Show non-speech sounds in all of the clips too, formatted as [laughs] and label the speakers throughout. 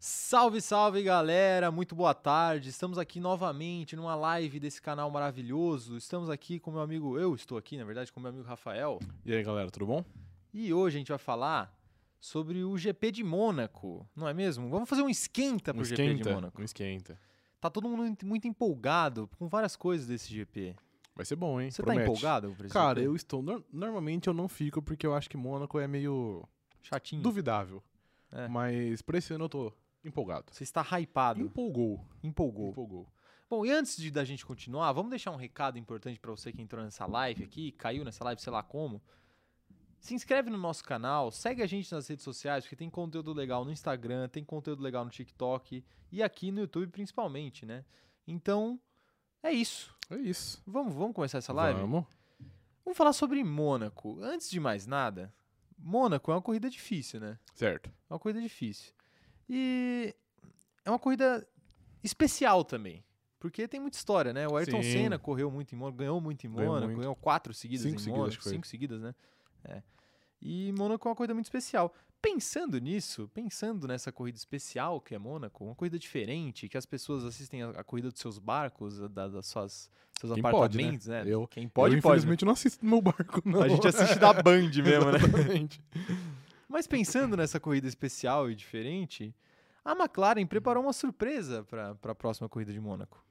Speaker 1: Salve, salve galera, muito boa tarde. Estamos aqui novamente numa live desse canal maravilhoso. Estamos aqui com meu amigo, eu estou aqui, na verdade, com meu amigo Rafael.
Speaker 2: E aí galera, tudo bom?
Speaker 1: E hoje a gente vai falar sobre o GP de Mônaco, não é mesmo? Vamos fazer um esquenta pro
Speaker 2: Um
Speaker 1: GP de
Speaker 2: esquenta,
Speaker 1: Mônaco.
Speaker 2: um esquenta.
Speaker 1: Tá todo mundo muito- muito empolgado com várias coisas desse GP.
Speaker 2: Vai ser bom, hein?
Speaker 1: Você
Speaker 2: Promete.
Speaker 1: tá empolgado por esse
Speaker 2: Cara,
Speaker 1: GP?
Speaker 2: eu estou. nor- normalmente eu não fico porque eu acho que Mônaco é meio Hum.
Speaker 1: chatinho.
Speaker 2: duvidável.
Speaker 1: É.
Speaker 2: Mas por esse ano eu tô empolgado.
Speaker 1: Você está hypado,
Speaker 2: Empolgou.
Speaker 1: empolgou.
Speaker 2: Empolgou.
Speaker 1: Bom, e antes de, da gente continuar, vamos deixar um recado importante pra você que entrou nessa live aqui, caiu nessa live, sei lá como. Se inscreve no nosso canal, segue a gente nas redes sociais, porque tem conteúdo legal no Instagram, tem conteúdo legal no TikTok e aqui no YouTube principalmente, né? Então, é isso.
Speaker 2: É isso.
Speaker 1: Vamos, vamos começar
Speaker 2: Tá
Speaker 1: essa live?
Speaker 2: Vamos.
Speaker 1: Vamos falar sobre Mônaco. Antes de mais nada, Mônaco é uma corrida difícil, né?
Speaker 2: Certo.
Speaker 1: É uma corrida difícil. E é uma corrida especial também. Porque tem muita história, né? O Ayrton
Speaker 2: Sim.
Speaker 1: Senna correu muito em Mônaco, ganhou muito em
Speaker 2: Ganhou
Speaker 1: Mônaco,
Speaker 2: muito.
Speaker 1: ganhou quatro seguidas
Speaker 2: Cinco
Speaker 1: em
Speaker 2: seguidas,
Speaker 1: Mônaco,
Speaker 2: acho que foi.
Speaker 1: cinco seguidas, né? É. E Mônaco é uma corrida muito especial. Pensando nisso, pensando nessa corrida especial que é Mônaco, uma corrida diferente, que as pessoas assistem a, a corrida dos seus barcos, a- da, das suas, seus
Speaker 2: Quem pode, né?
Speaker 1: apartamentos, né?
Speaker 2: Eu-
Speaker 1: Quem pode,
Speaker 2: Pode, eu,
Speaker 1: pode. né?
Speaker 2: infelizmente não assisto no meu barco, não.
Speaker 1: A gente assiste da Band mesmo, né?
Speaker 2: [laughs] Exatamente.
Speaker 1: Mas pensando nessa corrida especial e diferente, a McLaren preparou uma surpresa para a próxima corrida de Mônaco.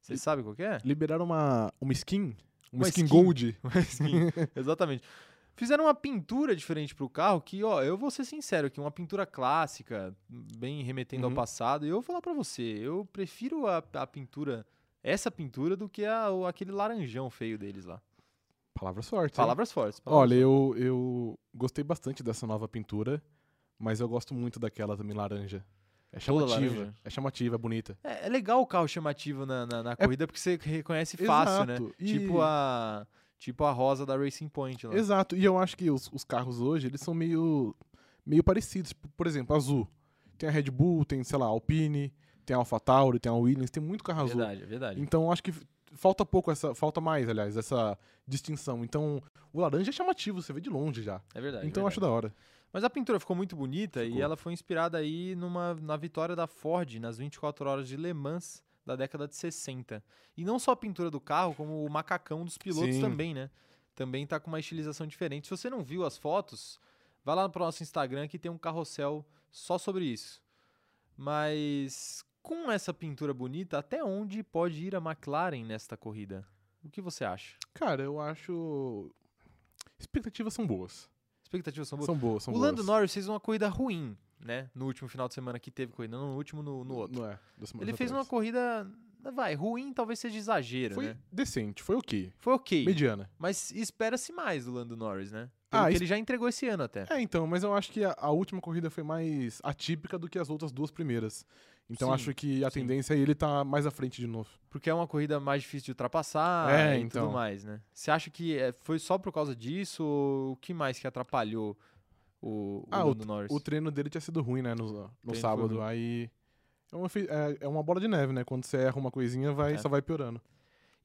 Speaker 1: Você
Speaker 2: E-
Speaker 1: sabe qual que
Speaker 2: [laughs]
Speaker 1: é?
Speaker 2: Liberaram uma, uma skin. Uma,
Speaker 1: Uma
Speaker 2: skin,
Speaker 1: skin.
Speaker 2: gold.
Speaker 1: Sim, Exatamente. Fizeram uma pintura diferente pro carro que, ó, eu vou ser sincero aqui, uma pintura clássica, bem remetendo ao
Speaker 2: Uhum.
Speaker 1: passado. E eu vou falar para você, eu prefiro a, a pintura, essa pintura, do que a- o- aquele laranjão feio deles lá.
Speaker 2: Palavra sorte. hein?
Speaker 1: Palavras fortes. palavras
Speaker 2: Olha, eu, eu gostei bastante dessa nova pintura, mas eu gosto muito daquela também laranja. É
Speaker 1: Toda
Speaker 2: chamativa.
Speaker 1: laranja?
Speaker 2: É chamativa, é bonita.
Speaker 1: É, é legal o carro chamativo na, na, na corrida, porque você reconhece fácil, né?
Speaker 2: É Exato, e-
Speaker 1: Tipo a. Tipo a rosa da Racing Point lá.
Speaker 2: Exato. E eu acho que os, os carros hoje, eles são meio, meio parecidos. P- Por exemplo, azul. Tem a Red Bull, tem, sei lá, a Alpine, tem a AlphaTauri, tem a Williams, tem muito carro azul.
Speaker 1: verdade, é verdade.
Speaker 2: Então eu acho que f- falta pouco essa, falta mais, aliás, essa distinção. Então, o laranja é chamativo, você vê de longe já.
Speaker 1: É verdade.
Speaker 2: então eu acho da hora.
Speaker 1: Mas a pintura ficou muito bonita e
Speaker 2: Ficou.
Speaker 1: ela foi inspirada aí numa, na vitória da Ford nas 24 horas de Le Mans da década de 60. E não só a pintura do carro, como o macacão dos pilotos
Speaker 2: Sim.
Speaker 1: também, né? Também tá com uma estilização diferente. Se você não viu as fotos, vai lá pro nosso Instagram que tem um carrossel só sobre isso. Mas com essa pintura bonita, até onde pode ir a McLaren nesta corrida? O que você acha?
Speaker 2: Cara, eu acho expectativas são boas.
Speaker 1: Expectativas são boas?
Speaker 2: São boas, são
Speaker 1: o
Speaker 2: boas.
Speaker 1: Lando Norris fez uma corrida ruim, né? No último final de semana que teve corrida, não no último, no, no outro.
Speaker 2: Não é, da semana
Speaker 1: Ele fez uma
Speaker 2: atrás.
Speaker 1: corrida, vai, ruim talvez seja exagero,
Speaker 2: Foi
Speaker 1: né?
Speaker 2: decente, foi ok.
Speaker 1: Foi ok,
Speaker 2: Mediana.
Speaker 1: mas espera-se mais do Lando Norris, né? Pelo
Speaker 2: Ah,
Speaker 1: que
Speaker 2: es-
Speaker 1: ele já entregou esse ano até.
Speaker 2: É, então, mas eu acho que a, a última corrida foi mais atípica do que as outras duas primeiras. Então
Speaker 1: Sim,
Speaker 2: acho que a
Speaker 1: sim.
Speaker 2: tendência é ele tá mais à frente de novo.
Speaker 1: Porque é uma corrida mais difícil de ultrapassar
Speaker 2: É,
Speaker 1: e tudo
Speaker 2: então.
Speaker 1: mais, né? Você acha que é, foi só por causa disso ou o que mais que atrapalhou o, o
Speaker 2: Ah,
Speaker 1: Lando Norris?
Speaker 2: O treino dele tinha sido ruim, né, no,
Speaker 1: foi
Speaker 2: no sábado.
Speaker 1: ruim.
Speaker 2: Aí é uma, fi- é, é uma bola de neve, né? Quando você erra uma coisinha, vai,
Speaker 1: É.
Speaker 2: só vai piorando.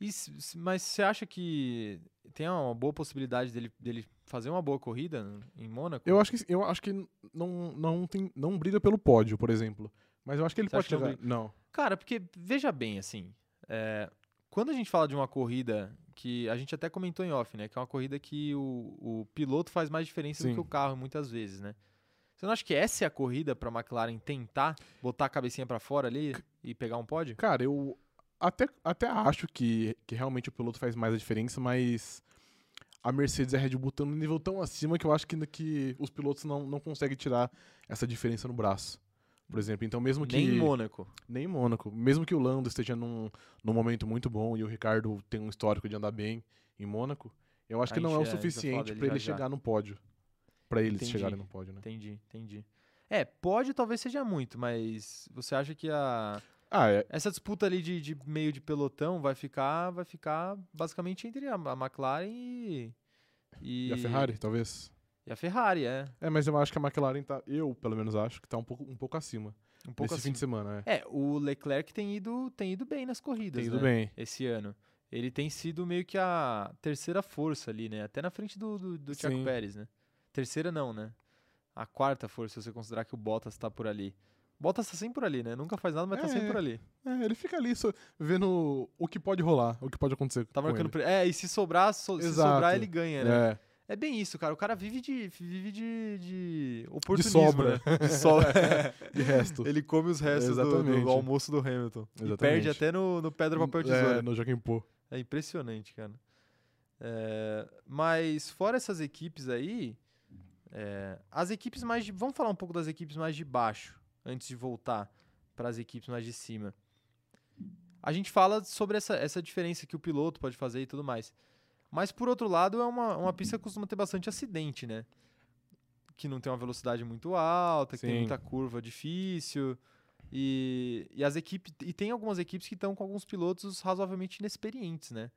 Speaker 1: E s- s- mas você acha que tem uma boa possibilidade dele, dele fazer uma boa corrida em Mônaco?
Speaker 2: Eu acho que, eu acho que não, não, tem, não briga pelo pódio, por exemplo. Mas eu acho que ele
Speaker 1: Você
Speaker 2: pode
Speaker 1: acha que não
Speaker 2: chegar. Não.
Speaker 1: Cara, porque veja bem, assim, é, quando a gente fala de uma corrida que a gente até comentou em off, né? Que é uma corrida que o, o piloto faz mais diferença do
Speaker 2: Sim.
Speaker 1: que o carro muitas vezes, né? Você não acha que essa é a corrida pra McLaren tentar botar a cabecinha pra fora ali e pegar um pódio?
Speaker 2: Cara, eu até, até acho que, que realmente o piloto faz mais a diferença, mas a Mercedes e a Red Bull estão num nível tão acima que eu acho que, que os pilotos não, não conseguem tirar essa diferença no braço. Por exemplo, então mesmo que.
Speaker 1: Nem em Mônaco.
Speaker 2: nem em Mônaco. Mesmo que o Lando esteja num, num momento muito bom e o Ricardo tem um histórico de andar bem em Mônaco, eu
Speaker 1: A
Speaker 2: acho que não é o
Speaker 1: gente- a gente vai falar
Speaker 2: suficiente
Speaker 1: dele
Speaker 2: para ele
Speaker 1: já já.
Speaker 2: chegar no pódio. Pra eles
Speaker 1: Entendi.
Speaker 2: chegarem no pódio, né?
Speaker 1: Entendi, entendi. É, pódio talvez seja muito, mas você acha que a
Speaker 2: Ah, é,
Speaker 1: essa disputa ali de, de meio de pelotão vai ficar vai ficar basicamente entre a, a McLaren e,
Speaker 2: e a Ferrari, talvez?
Speaker 1: E a Ferrari, é.
Speaker 2: É, mas eu acho que a McLaren tá. Eu, pelo menos, acho que tá um pouco, um pouco acima.
Speaker 1: Um
Speaker 2: Pouco
Speaker 1: pouco assim.
Speaker 2: fim de semana, é.
Speaker 1: É, o Leclerc tem ido, tem ido bem nas corridas,
Speaker 2: Tem ido
Speaker 1: né,
Speaker 2: bem.
Speaker 1: Esse ano. Ele tem sido meio que a terceira força ali, né? Até na frente do, do, do Thiago
Speaker 2: Sim.
Speaker 1: Pérez, né? Terceira não, né? A quarta força, se você considerar que o Bottas tá por ali. Bota tá sempre por ali, né? Nunca faz nada, mas tá sempre
Speaker 2: É.
Speaker 1: por ali.
Speaker 2: É, ele fica ali só vendo o que pode rolar, o que pode acontecer.
Speaker 1: Tá
Speaker 2: com
Speaker 1: marcando.
Speaker 2: ele.
Speaker 1: pre- É, e se sobrar, so- se
Speaker 2: Exato.
Speaker 1: sobrar, ele ganha, né?
Speaker 2: É.
Speaker 1: É. bem isso, cara. O cara vive de. vive de. de oportunismo.
Speaker 2: sobra.
Speaker 1: né? De sobra.
Speaker 2: [laughs] É, De
Speaker 1: [laughs]
Speaker 2: resto.
Speaker 1: Ele come os restos do- do,
Speaker 2: Exatamente.
Speaker 1: almoço do Hamilton. E
Speaker 2: Exatamente.
Speaker 1: perde até no, no pedra, papel, tesoura.
Speaker 2: É, no Joaquim Pô.
Speaker 1: É impressionante, cara. É, mas fora essas equipes aí, é, as equipes mais de, vamos falar um pouco das equipes mais de baixo antes de voltar para as equipes mais de cima. A gente fala sobre essa, essa diferença que o piloto pode fazer e tudo mais. Mas por outro lado, é uma, uma pista que costuma ter bastante acidente, né? Que não tem uma velocidade muito alta, que tem
Speaker 2: Sim.
Speaker 1: muita curva difícil. E, e as equipes. E tem algumas equipes que estão com alguns pilotos razoavelmente inexperientes, né?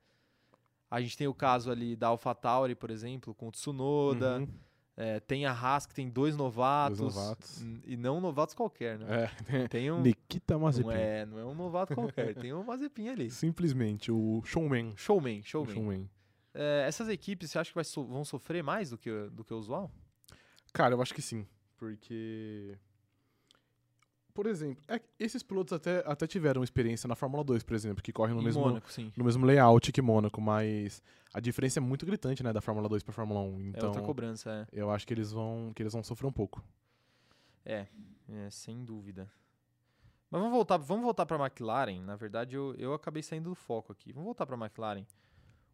Speaker 1: A gente tem o caso ali da AlphaTauri, por exemplo, com o Tsunoda.
Speaker 2: Uhum.
Speaker 1: É, tem a Haas, que tem dois novatos.
Speaker 2: novatos.
Speaker 1: n- E não novatos qualquer, né?
Speaker 2: É.
Speaker 1: Tem um.
Speaker 2: Nikita
Speaker 1: Não
Speaker 2: Mazepin.
Speaker 1: é, não é um novato
Speaker 2: [laughs]
Speaker 1: qualquer, tem um Mazepin ali.
Speaker 2: Simplesmente o showman.
Speaker 1: Showman,
Speaker 2: O
Speaker 1: showman.
Speaker 2: showman.
Speaker 1: É, essas equipes, você acha que vai so- vão sofrer mais do que, do que o usual?
Speaker 2: Cara, eu acho que sim. Porque. Por exemplo, é que esses pilotos até, até tiveram experiência na Fórmula 2, por exemplo, que correm no
Speaker 1: Em
Speaker 2: mesmo,
Speaker 1: Mônaco, sim.
Speaker 2: no mesmo layout que Mônaco, mas a diferença é muito gritante, né, da Fórmula 2 pra Fórmula 1.
Speaker 1: é
Speaker 2: Então,
Speaker 1: outra cobrança, é.
Speaker 2: eu acho que eles vão que eles vão sofrer um pouco.
Speaker 1: É, sem dúvida. Mas vamos voltar, vamos voltar para McLaren. Na verdade, eu, eu acabei saindo do foco aqui. Vamos voltar para McLaren.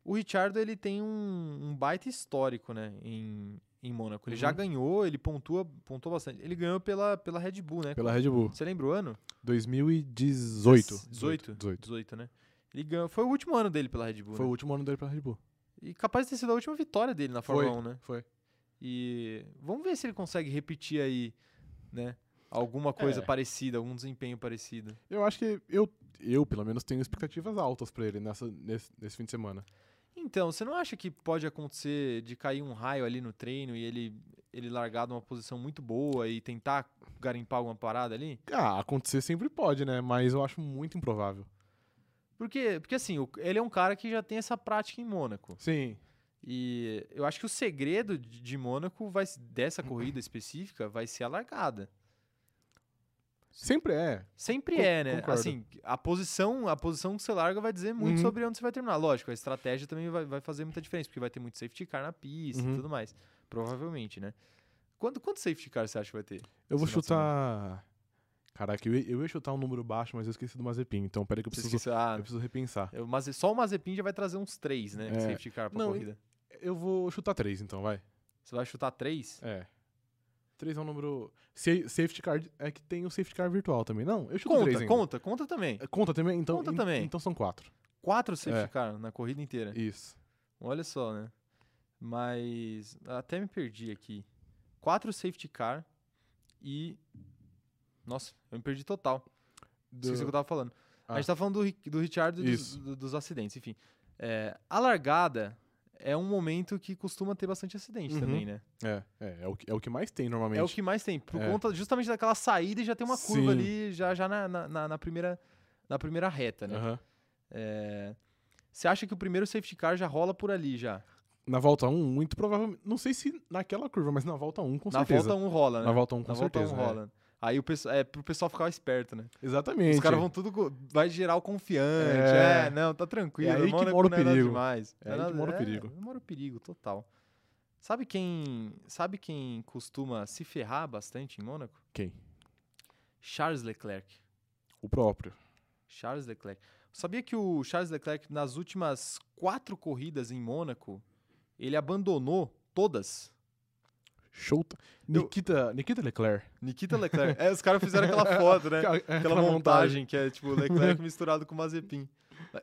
Speaker 1: O Richardo ele tem um, um baita histórico, né, em, em Mônaco. Ele já
Speaker 2: Uhum.
Speaker 1: ganhou, ele pontua, pontuou bastante. Ele ganhou pela, pela Red Bull, né?
Speaker 2: Pela Red Bull.
Speaker 1: Você lembra o ano?
Speaker 2: 2018.
Speaker 1: 18.
Speaker 2: 18.
Speaker 1: 18, né? Ele ganhou, foi o último ano dele pela Red Bull.
Speaker 2: Foi o
Speaker 1: né?
Speaker 2: último ano dele pra Red Bull.
Speaker 1: E capaz de ter sido a última vitória dele na
Speaker 2: Foi.
Speaker 1: Fórmula 1, né?
Speaker 2: Foi.
Speaker 1: E vamos ver se ele consegue repetir aí, né? Alguma coisa
Speaker 2: É.
Speaker 1: parecida, algum desempenho parecido.
Speaker 2: Eu acho que eu, eu pelo menos, tenho expectativas altas pra ele nessa, nesse, nesse fim de semana.
Speaker 1: Então, você não acha que pode acontecer de cair um raio ali no treino e ele, ele largar de uma posição muito boa e tentar garimpar alguma parada ali?
Speaker 2: Ah, acontecer sempre pode, né? Mas eu acho muito improvável.
Speaker 1: Porque, porque assim, o- ele é um cara que já tem essa prática em Mônaco.
Speaker 2: Sim.
Speaker 1: E eu acho que o segredo de, de Mônaco vai, s-
Speaker 2: [clears throat]
Speaker 1: dessa corrida específica vai ser a largada.
Speaker 2: Sempre é.
Speaker 1: Sempre
Speaker 2: Con-
Speaker 1: é, né?
Speaker 2: concordo.
Speaker 1: Assim, a posição, a posição que você larga vai dizer muito
Speaker 2: Uhum.
Speaker 1: sobre onde você vai terminar. Lógico, a estratégia também vai, vai fazer muita diferença, porque vai ter muito safety car na pista e
Speaker 2: Uhum.
Speaker 1: tudo mais. Provavelmente, né? Quanto, quanto safety car você acha que vai ter?
Speaker 2: Eu vou
Speaker 1: Esse final de
Speaker 2: chutar. Caraca, eu ia, eu ia chutar um número baixo, mas eu esqueci do Mazepin. Então, peraí que eu
Speaker 1: Você
Speaker 2: preciso,
Speaker 1: esqueceu? Ah,
Speaker 2: eu preciso repensar.
Speaker 1: eu- Maze- só o Mazepin já vai trazer uns três, né?
Speaker 2: É.
Speaker 1: Safety car pra
Speaker 2: Não,
Speaker 1: corrida.
Speaker 2: Eu vou chutar três, então, vai.
Speaker 1: Você vai chutar três?
Speaker 2: É. Três é um número. Sa- Safety card. É que tem o safety car virtual também. Não, eu chuto
Speaker 1: Conta,
Speaker 2: três. ainda.
Speaker 1: conta, conta também.
Speaker 2: É, Conta também? Então,
Speaker 1: Conta
Speaker 2: en-
Speaker 1: também. É.
Speaker 2: Então são quatro.
Speaker 1: Quatro safety
Speaker 2: É.
Speaker 1: car na corrida inteira.
Speaker 2: Isso.
Speaker 1: Olha só, né? Mas até me perdi aqui. Quatro safety car e. Nossa, eu me perdi total. Esqueci o que eu tava falando. A
Speaker 2: Ah.
Speaker 1: gente tá falando do, Ri- do Richard e dos,
Speaker 2: Isso.
Speaker 1: do- dos acidentes, enfim. É, a largada é um momento que costuma ter bastante acidente
Speaker 2: Uhum.
Speaker 1: também, né?
Speaker 2: É, é, é o, que- é o que mais tem normalmente.
Speaker 1: É o que mais tem. Por
Speaker 2: É.
Speaker 1: conta justamente daquela saída e já tem uma curva
Speaker 2: Sim.
Speaker 1: ali, já, já na, na- na- na primeira, na primeira reta, né?
Speaker 2: Aham.
Speaker 1: É, Você acha que o primeiro safety car já rola por ali já?
Speaker 2: Na volta 1, muito provavelmente. Não sei se naquela curva, mas na volta 1, com
Speaker 1: na
Speaker 2: certeza.
Speaker 1: volta um rola, né?
Speaker 2: Na volta 1, com
Speaker 1: Na volta
Speaker 2: certeza.
Speaker 1: um
Speaker 2: é.
Speaker 1: rola. Aí o pessoal, é pro pessoal ficar esperto, né?
Speaker 2: Exatamente.
Speaker 1: Os caras vão tudo, co- vai gerar o confiante, é,
Speaker 2: É.
Speaker 1: não, tá tranquilo,
Speaker 2: É aí que
Speaker 1: Mônaco
Speaker 2: mora o
Speaker 1: não é nada
Speaker 2: perigo.
Speaker 1: demais.
Speaker 2: É
Speaker 1: Não
Speaker 2: aí que
Speaker 1: nada-
Speaker 2: mora o
Speaker 1: é,
Speaker 2: perigo.
Speaker 1: Mora o perigo total. Sabe quem, sabe quem costuma se ferrar bastante em Mônaco?
Speaker 2: Quem?
Speaker 1: Charles Leclerc.
Speaker 2: O próprio.
Speaker 1: Charles Leclerc. Sabia que o Charles Leclerc, nas últimas quatro corridas em Mônaco, ele abandonou todas?
Speaker 2: Showta.
Speaker 1: Eu-
Speaker 2: Nikita, Nikita Leclerc. é,
Speaker 1: Nikita [laughs] Leclerc. é, os caras fizeram aquela foto, né?
Speaker 2: Aquela,
Speaker 1: Aquela montagem que é tipo [laughs] Leclerc misturado com Mazepin.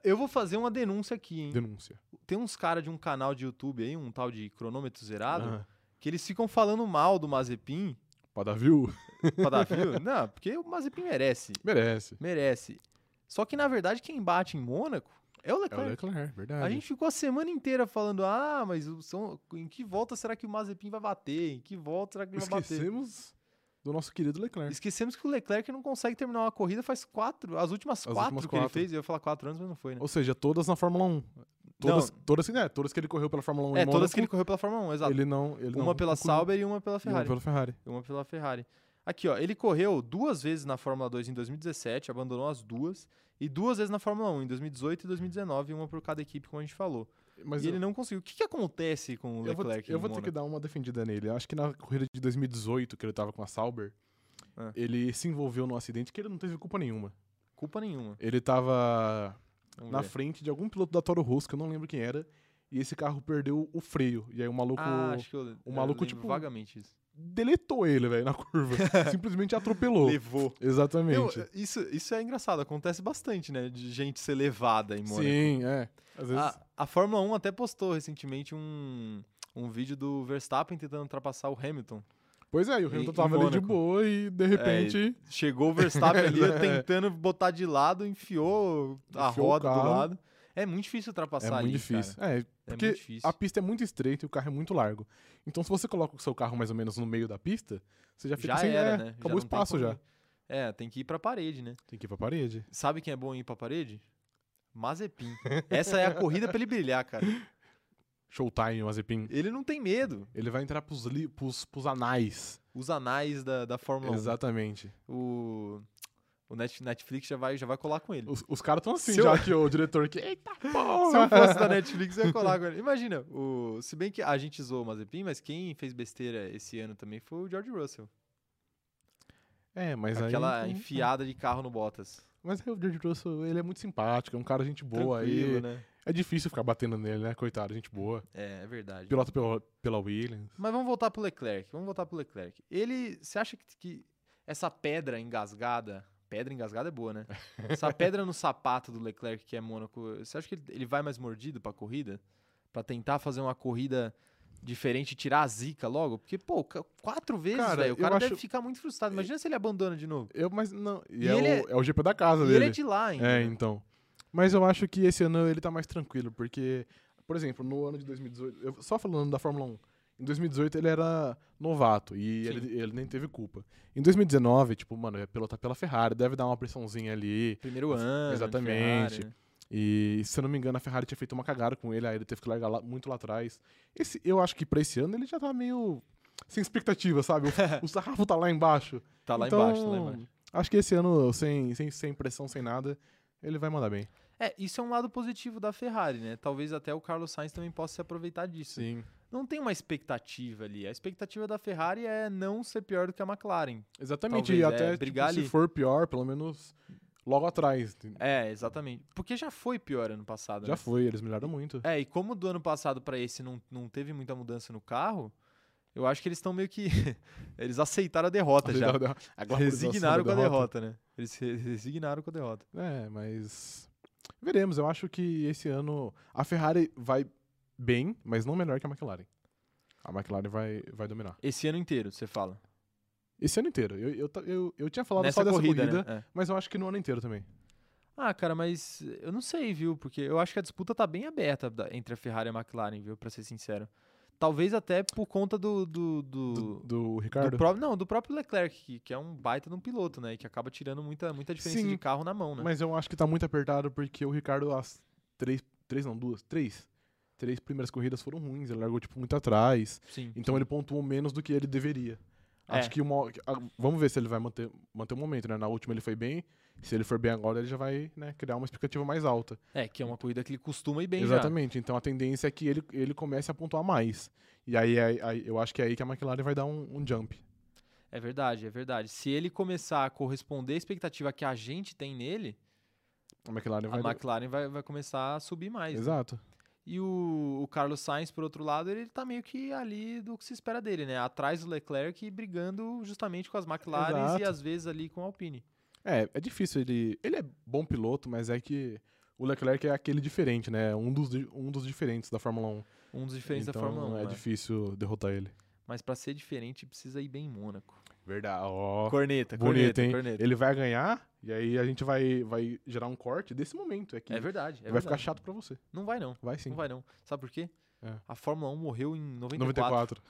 Speaker 1: Eu vou fazer uma denúncia aqui, hein?
Speaker 2: Denúncia.
Speaker 1: Tem uns caras de um canal de YouTube aí, um tal de cronômetro zerado,
Speaker 2: Aham.
Speaker 1: que eles ficam falando mal do Mazepin
Speaker 2: Pra dar view?
Speaker 1: pra dar [laughs] view. Não, porque o Mazepin merece.
Speaker 2: Merece.
Speaker 1: Merece. Só que, na verdade, quem bate em Mônaco é o
Speaker 2: É o
Speaker 1: Leclerc.
Speaker 2: Leclerc, verdade.
Speaker 1: A gente ficou a semana inteira falando, ah, mas o São- em que volta será que o Mazepin vai bater? Em que volta será que ele vai bater?
Speaker 2: Esquecemos né? do nosso querido Leclerc.
Speaker 1: Esquecemos que o Leclerc não consegue terminar uma corrida faz quatro, as últimas
Speaker 2: As
Speaker 1: quatro
Speaker 2: últimas
Speaker 1: que ele
Speaker 2: quatro.
Speaker 1: fez, eu ia falar quatro anos, mas não foi, né?
Speaker 2: Ou seja, todas na Fórmula 1. Todas,
Speaker 1: Não.
Speaker 2: todas, que- é, todas que ele correu pela Fórmula 1
Speaker 1: É,
Speaker 2: em
Speaker 1: todas que ele
Speaker 2: Mônaco,
Speaker 1: correu pela Fórmula 1, exato.
Speaker 2: ele não ele
Speaker 1: uma
Speaker 2: não
Speaker 1: pela
Speaker 2: concluiu.
Speaker 1: Sauber e uma pela
Speaker 2: E uma
Speaker 1: Ferrari.
Speaker 2: pela Ferrari.
Speaker 1: Uma pela Ferrari. Aqui, ó, ele correu duas vezes na Fórmula 2 em 2017, abandonou as duas, e duas vezes na Fórmula 1 em 2018 e 2019, uma por cada equipe, como a gente falou.
Speaker 2: Mas
Speaker 1: e
Speaker 2: eu,
Speaker 1: ele não conseguiu. O que, que acontece com o
Speaker 2: eu vou,
Speaker 1: Leclerc?
Speaker 2: eu
Speaker 1: em
Speaker 2: vou ter que
Speaker 1: Mônaco?
Speaker 2: dar uma defendida nele. Eu acho que na corrida de 2018, que ele tava com a Sauber,
Speaker 1: Ah.
Speaker 2: ele se envolveu num acidente que ele não teve culpa nenhuma.
Speaker 1: Culpa nenhuma.
Speaker 2: Ele tava
Speaker 1: Vamos
Speaker 2: na
Speaker 1: ver.
Speaker 2: frente de algum piloto da Toro Rosso, que eu não lembro quem era, e esse carro perdeu o freio. E aí o maluco
Speaker 1: Ah, acho que eu,
Speaker 2: o tipo, maluco,
Speaker 1: eu lembro
Speaker 2: tipo,
Speaker 1: vagamente isso.
Speaker 2: deletou ele, velho,
Speaker 1: [laughs]
Speaker 2: na curva. Simplesmente atropelou.
Speaker 1: Levou.
Speaker 2: Exatamente.
Speaker 1: isso, isso é engraçado, acontece bastante, né? De gente ser levada em Mônaco.
Speaker 2: Sim, é. Às vezes.
Speaker 1: A, a Fórmula 1 até postou recentemente um, um vídeo do Verstappen tentando ultrapassar o Hamilton.
Speaker 2: Pois é, e o
Speaker 1: em-
Speaker 2: Hamilton
Speaker 1: em
Speaker 2: tava ali
Speaker 1: Mônaco.
Speaker 2: de
Speaker 1: É, tá
Speaker 2: boa e de repente.
Speaker 1: Chegou o Verstappen ali
Speaker 2: [laughs] É.
Speaker 1: tentando botar de lado, enfiou a
Speaker 2: Enfiou o
Speaker 1: roda do
Speaker 2: carro.
Speaker 1: lado. É muito difícil
Speaker 2: É,
Speaker 1: ultrapassar
Speaker 2: muito
Speaker 1: ali,
Speaker 2: difícil.
Speaker 1: cara.
Speaker 2: É, porque
Speaker 1: é muito difícil.
Speaker 2: a pista é muito estreita e o carro é muito largo. Então, se você coloca o seu carro mais ou menos no meio da pista, você já fica
Speaker 1: Já
Speaker 2: sem
Speaker 1: era,
Speaker 2: é,
Speaker 1: né?
Speaker 2: Acabou o
Speaker 1: não tem
Speaker 2: espaço
Speaker 1: como
Speaker 2: já.
Speaker 1: ir. É, tem que ir pra parede, né?
Speaker 2: Tem que ir pra parede.
Speaker 1: Sabe quem é bom em ir pra parede? Mazepin. Essa é a corrida pra ele brilhar, cara.
Speaker 2: Showtime, Mazepin.
Speaker 1: Ele não tem medo.
Speaker 2: Ele vai entrar pros, li, pros, pros anais.
Speaker 1: Os anais da, da Fórmula
Speaker 2: Exatamente.
Speaker 1: 1. O, o Net- Netflix já vai, já vai colar com ele.
Speaker 2: Os, os caras estão assim,
Speaker 1: Se eu-
Speaker 2: já que o diretor
Speaker 1: [laughs]
Speaker 2: aqui. Eita porra!
Speaker 1: Se eu fosse da Netflix, eu ia colar agora. Imagina, o... se bem que a gente zoou o Mazepin, mas quem fez besteira esse ano também foi o George Russell.
Speaker 2: [laughs] É, mas
Speaker 1: Aquela
Speaker 2: aí. então-
Speaker 1: enfiada de carro no Bottas.
Speaker 2: Mas aí o George Russell, ele é muito simpático, é um cara gente boa
Speaker 1: Tranquilo,
Speaker 2: aí.
Speaker 1: né?
Speaker 2: É difícil ficar batendo nele, né? Coitado, gente boa.
Speaker 1: É, é verdade.
Speaker 2: Pilota pela, pela Williams.
Speaker 1: Mas vamos voltar pro Leclerc. Vamos voltar pro Leclerc. Ele, você acha que, que essa pedra engasgada, pedra engasgada é boa,
Speaker 2: [laughs]
Speaker 1: né? Essa pedra no sapato do Leclerc que é Mônaco, você acha que ele, ele vai mais mordido pra corrida? Pra tentar fazer uma corrida diferente, e tirar a zica logo? Porque, pô, ca- quatro vezes,
Speaker 2: Cara,
Speaker 1: velho, o
Speaker 2: eu
Speaker 1: cara deve
Speaker 2: acho-
Speaker 1: ficar muito frustrado. Imagina se ele abandona de novo.
Speaker 2: Eu, mas não. E,
Speaker 1: E
Speaker 2: é,
Speaker 1: ele
Speaker 2: o, é o GP da casa
Speaker 1: E
Speaker 2: dele.
Speaker 1: ele é de lá ainda.
Speaker 2: É,
Speaker 1: né?
Speaker 2: então. Mas eu acho que esse ano ele tá mais tranquilo, porque, por exemplo, no ano de 2018, eu- só falando da Fórmula 1, em 2018 ele era novato e
Speaker 1: Sim.
Speaker 2: ele, ele nem teve culpa. Em 2019, tipo, mano, é pilotar pela Ferrari, deve dar uma pressãozinha ali.
Speaker 1: Primeiro ano. de
Speaker 2: Exatamente.
Speaker 1: Ferrari, né?
Speaker 2: E, se eu não me engano, a Ferrari tinha feito uma cagada com ele, aí ele teve que largar lá- muito lá atrás. Esse, eu acho que pra esse ano ele já tá meio sem expectativa, sabe?
Speaker 1: [laughs]
Speaker 2: O, o sarrafo tá lá embaixo.
Speaker 1: Tá lá
Speaker 2: Então,
Speaker 1: embaixo, tá lá embaixo.
Speaker 2: Acho que esse ano, sem, sem, sem pressão, sem nada, ele vai mandar bem.
Speaker 1: É, isso é um lado positivo da Ferrari, né? Talvez até o Carlos Sainz também possa se aproveitar disso.
Speaker 2: Sim.
Speaker 1: não tem uma expectativa ali. A expectativa da Ferrari é não ser pior do que a McLaren.
Speaker 2: Exatamente.
Speaker 1: Talvez,
Speaker 2: e
Speaker 1: é,
Speaker 2: até tipo,
Speaker 1: brigar
Speaker 2: se
Speaker 1: ali.
Speaker 2: for pior, pelo menos logo atrás.
Speaker 1: É, exatamente. Porque já foi pior ano passado.
Speaker 2: Já
Speaker 1: né?
Speaker 2: foi, eles melhoraram muito.
Speaker 1: É, e como do ano passado pra esse não, não teve muita mudança no carro, eu acho que eles estão meio que. [laughs] eles aceitaram a derrota já.
Speaker 2: Agora
Speaker 1: Resignaram com a derrota, né? Eles se resignaram com a derrota.
Speaker 2: [laughs] É, mas. Veremos. Eu acho que esse ano a Ferrari vai bem, mas não melhor que a McLaren. A McLaren vai, vai dominar.
Speaker 1: Esse ano inteiro, você fala.
Speaker 2: Esse ano inteiro. Eu, eu, ta- eu, eu tinha falado
Speaker 1: Nessa
Speaker 2: só dessa
Speaker 1: corrida.
Speaker 2: corrida,
Speaker 1: né? É.
Speaker 2: mas eu acho que no ano inteiro também.
Speaker 1: Ah, cara, mas eu não sei, viu? Porque eu acho que a disputa tá bem aberta da- entre a Ferrari e a McLaren, viu? Pra ser sincero. Talvez até por conta do- do-
Speaker 2: Do,
Speaker 1: do,
Speaker 2: do
Speaker 1: Do
Speaker 2: Ricardo.
Speaker 1: pró- não, do próprio Leclerc, que, que é um baita de um piloto, né? E que acaba tirando muita, muita diferença
Speaker 2: Sim,
Speaker 1: de carro na mão, né?
Speaker 2: Mas eu acho que tá muito apertado porque o Ricardo, as três, três não, duas, três, três primeiras corridas foram ruins. Ele largou, tipo, muito atrás.
Speaker 1: Sim.
Speaker 2: Então ele pontuou menos do que ele deveria.
Speaker 1: É.
Speaker 2: Acho que uma. a- Vamos ver se ele vai manter, manter o momento, né? Na última ele foi bem. Se ele for bem agora, ele já vai né, criar uma expectativa mais alta.
Speaker 1: É, que é uma corrida que ele costuma ir bem já.
Speaker 2: Exatamente. Então a tendência é que ele, ele comece a pontuar mais. E aí, aí- aí eu acho que é aí que a McLaren vai dar um, um jump.
Speaker 1: É verdade, é verdade. Se ele começar a corresponder à expectativa que a gente tem nele,
Speaker 2: A McLaren
Speaker 1: a
Speaker 2: vai.
Speaker 1: McLaren vai, vai começar a subir mais. né?
Speaker 2: Exato.
Speaker 1: E o, o Carlos Sainz, por outro lado, ele tá meio que ali do que se espera dele, né? Atrás do Leclerc e brigando justamente com as McLarens e
Speaker 2: Exato.
Speaker 1: às vezes ali com a Alpine.
Speaker 2: É, é difícil ele. Ele é bom piloto, mas é que o Leclerc é aquele diferente, né? Um dos, di- um dos diferentes da Fórmula 1.
Speaker 1: Um dos diferentes
Speaker 2: então
Speaker 1: da Fórmula 1.
Speaker 2: é
Speaker 1: né?
Speaker 2: difícil derrotar ele.
Speaker 1: Mas pra ser diferente, precisa ir bem em Mônaco.
Speaker 2: Verdade. Ó.
Speaker 1: Corneta,
Speaker 2: Bonito,
Speaker 1: corneta,
Speaker 2: hein?
Speaker 1: corneta.
Speaker 2: Ele vai ganhar e aí a gente vai, vai gerar um corte desse momento. É que
Speaker 1: É verdade. É
Speaker 2: vai
Speaker 1: verdade.
Speaker 2: ficar chato pra você.
Speaker 1: Não vai, não.
Speaker 2: Vai sim.
Speaker 1: Não vai, não. Sabe por quê?
Speaker 2: É.
Speaker 1: A Fórmula 1 morreu em 94.
Speaker 2: 94.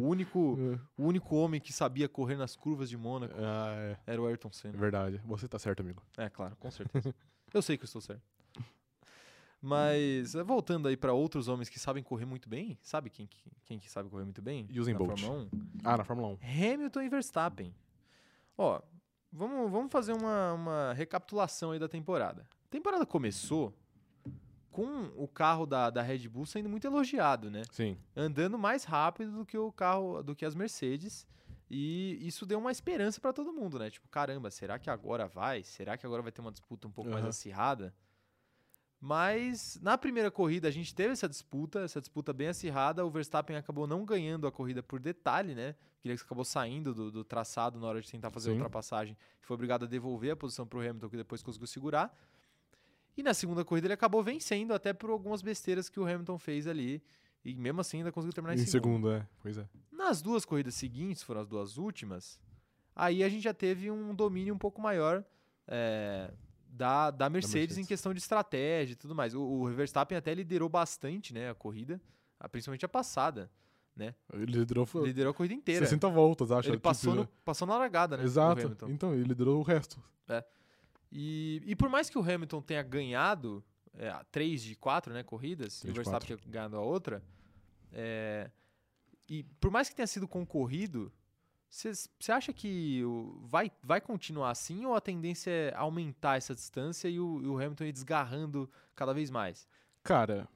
Speaker 1: É, o, único,
Speaker 2: É.
Speaker 1: o único homem que sabia correr nas curvas de Mônaco
Speaker 2: Ah, é.
Speaker 1: era o Ayrton
Speaker 2: É
Speaker 1: Senna.
Speaker 2: Verdade. Você tá certo, amigo.
Speaker 1: É, claro, com certeza. eu sei que eu estou certo. Mas, eh, voltando aí pra outros homens que sabem correr muito bem, sabe quem que, quem que sabe correr muito bem?
Speaker 2: Usain
Speaker 1: na
Speaker 2: Bolt.
Speaker 1: Fórmula 1?
Speaker 2: Ah, na Fórmula 1.
Speaker 1: Hamilton e Verstappen. Ó, vamos, vamos fazer uma, uma recapitulação aí da temporada. A temporada começou com o carro da, da Red Bull sendo muito elogiado, né?
Speaker 2: Sim.
Speaker 1: Andando mais rápido do que o carro, do que as Mercedes. E isso deu uma esperança pra todo mundo, né? Tipo, caramba, será que agora vai? Será que agora vai ter uma disputa um pouco mais
Speaker 2: Aham.
Speaker 1: acirrada? Mas na primeira corrida a gente teve essa disputa, essa disputa bem acirrada. O Verstappen acabou não ganhando a corrida por detalhe, né? Porque ele acabou saindo do, do traçado na hora de tentar fazer a
Speaker 2: Sim.
Speaker 1: ultrapassagem. Foi obrigado a devolver a posição pro Hamilton, que depois conseguiu segurar. E na segunda corrida ele acabou vencendo, até por algumas besteiras que o Hamilton fez ali. E mesmo assim ainda conseguiu terminar em,
Speaker 2: Em segundo, é. Pois é.
Speaker 1: nas duas corridas seguintes, foram as duas últimas, aí a gente já teve um domínio um pouco maior eh, da, da, Mercedes em
Speaker 2: Mercedes.
Speaker 1: questão de estratégia e tudo mais. O, o Verstappen até liderou bastante né, a corrida, a- principalmente a passada.
Speaker 2: Ele liderou foi
Speaker 1: Liderou a corrida inteira.
Speaker 2: 60 voltas, acho.
Speaker 1: Ele
Speaker 2: tipo,
Speaker 1: passou, no- passou na largada, né? o
Speaker 2: Exato.
Speaker 1: Hamilton.
Speaker 2: Então, ele liderou o resto.
Speaker 1: E, e por mais que o Hamilton tenha ganhado é, a três de quatro né, corridas, e o
Speaker 2: Três de
Speaker 1: Verstappen tenha ganhado a outra, é, e por mais que tenha sido concorrido, você acha que o- vai, vai continuar assim ou a tendência é aumentar essa distância e o, e o Hamilton ir desgarrando cada vez mais?
Speaker 2: Cara,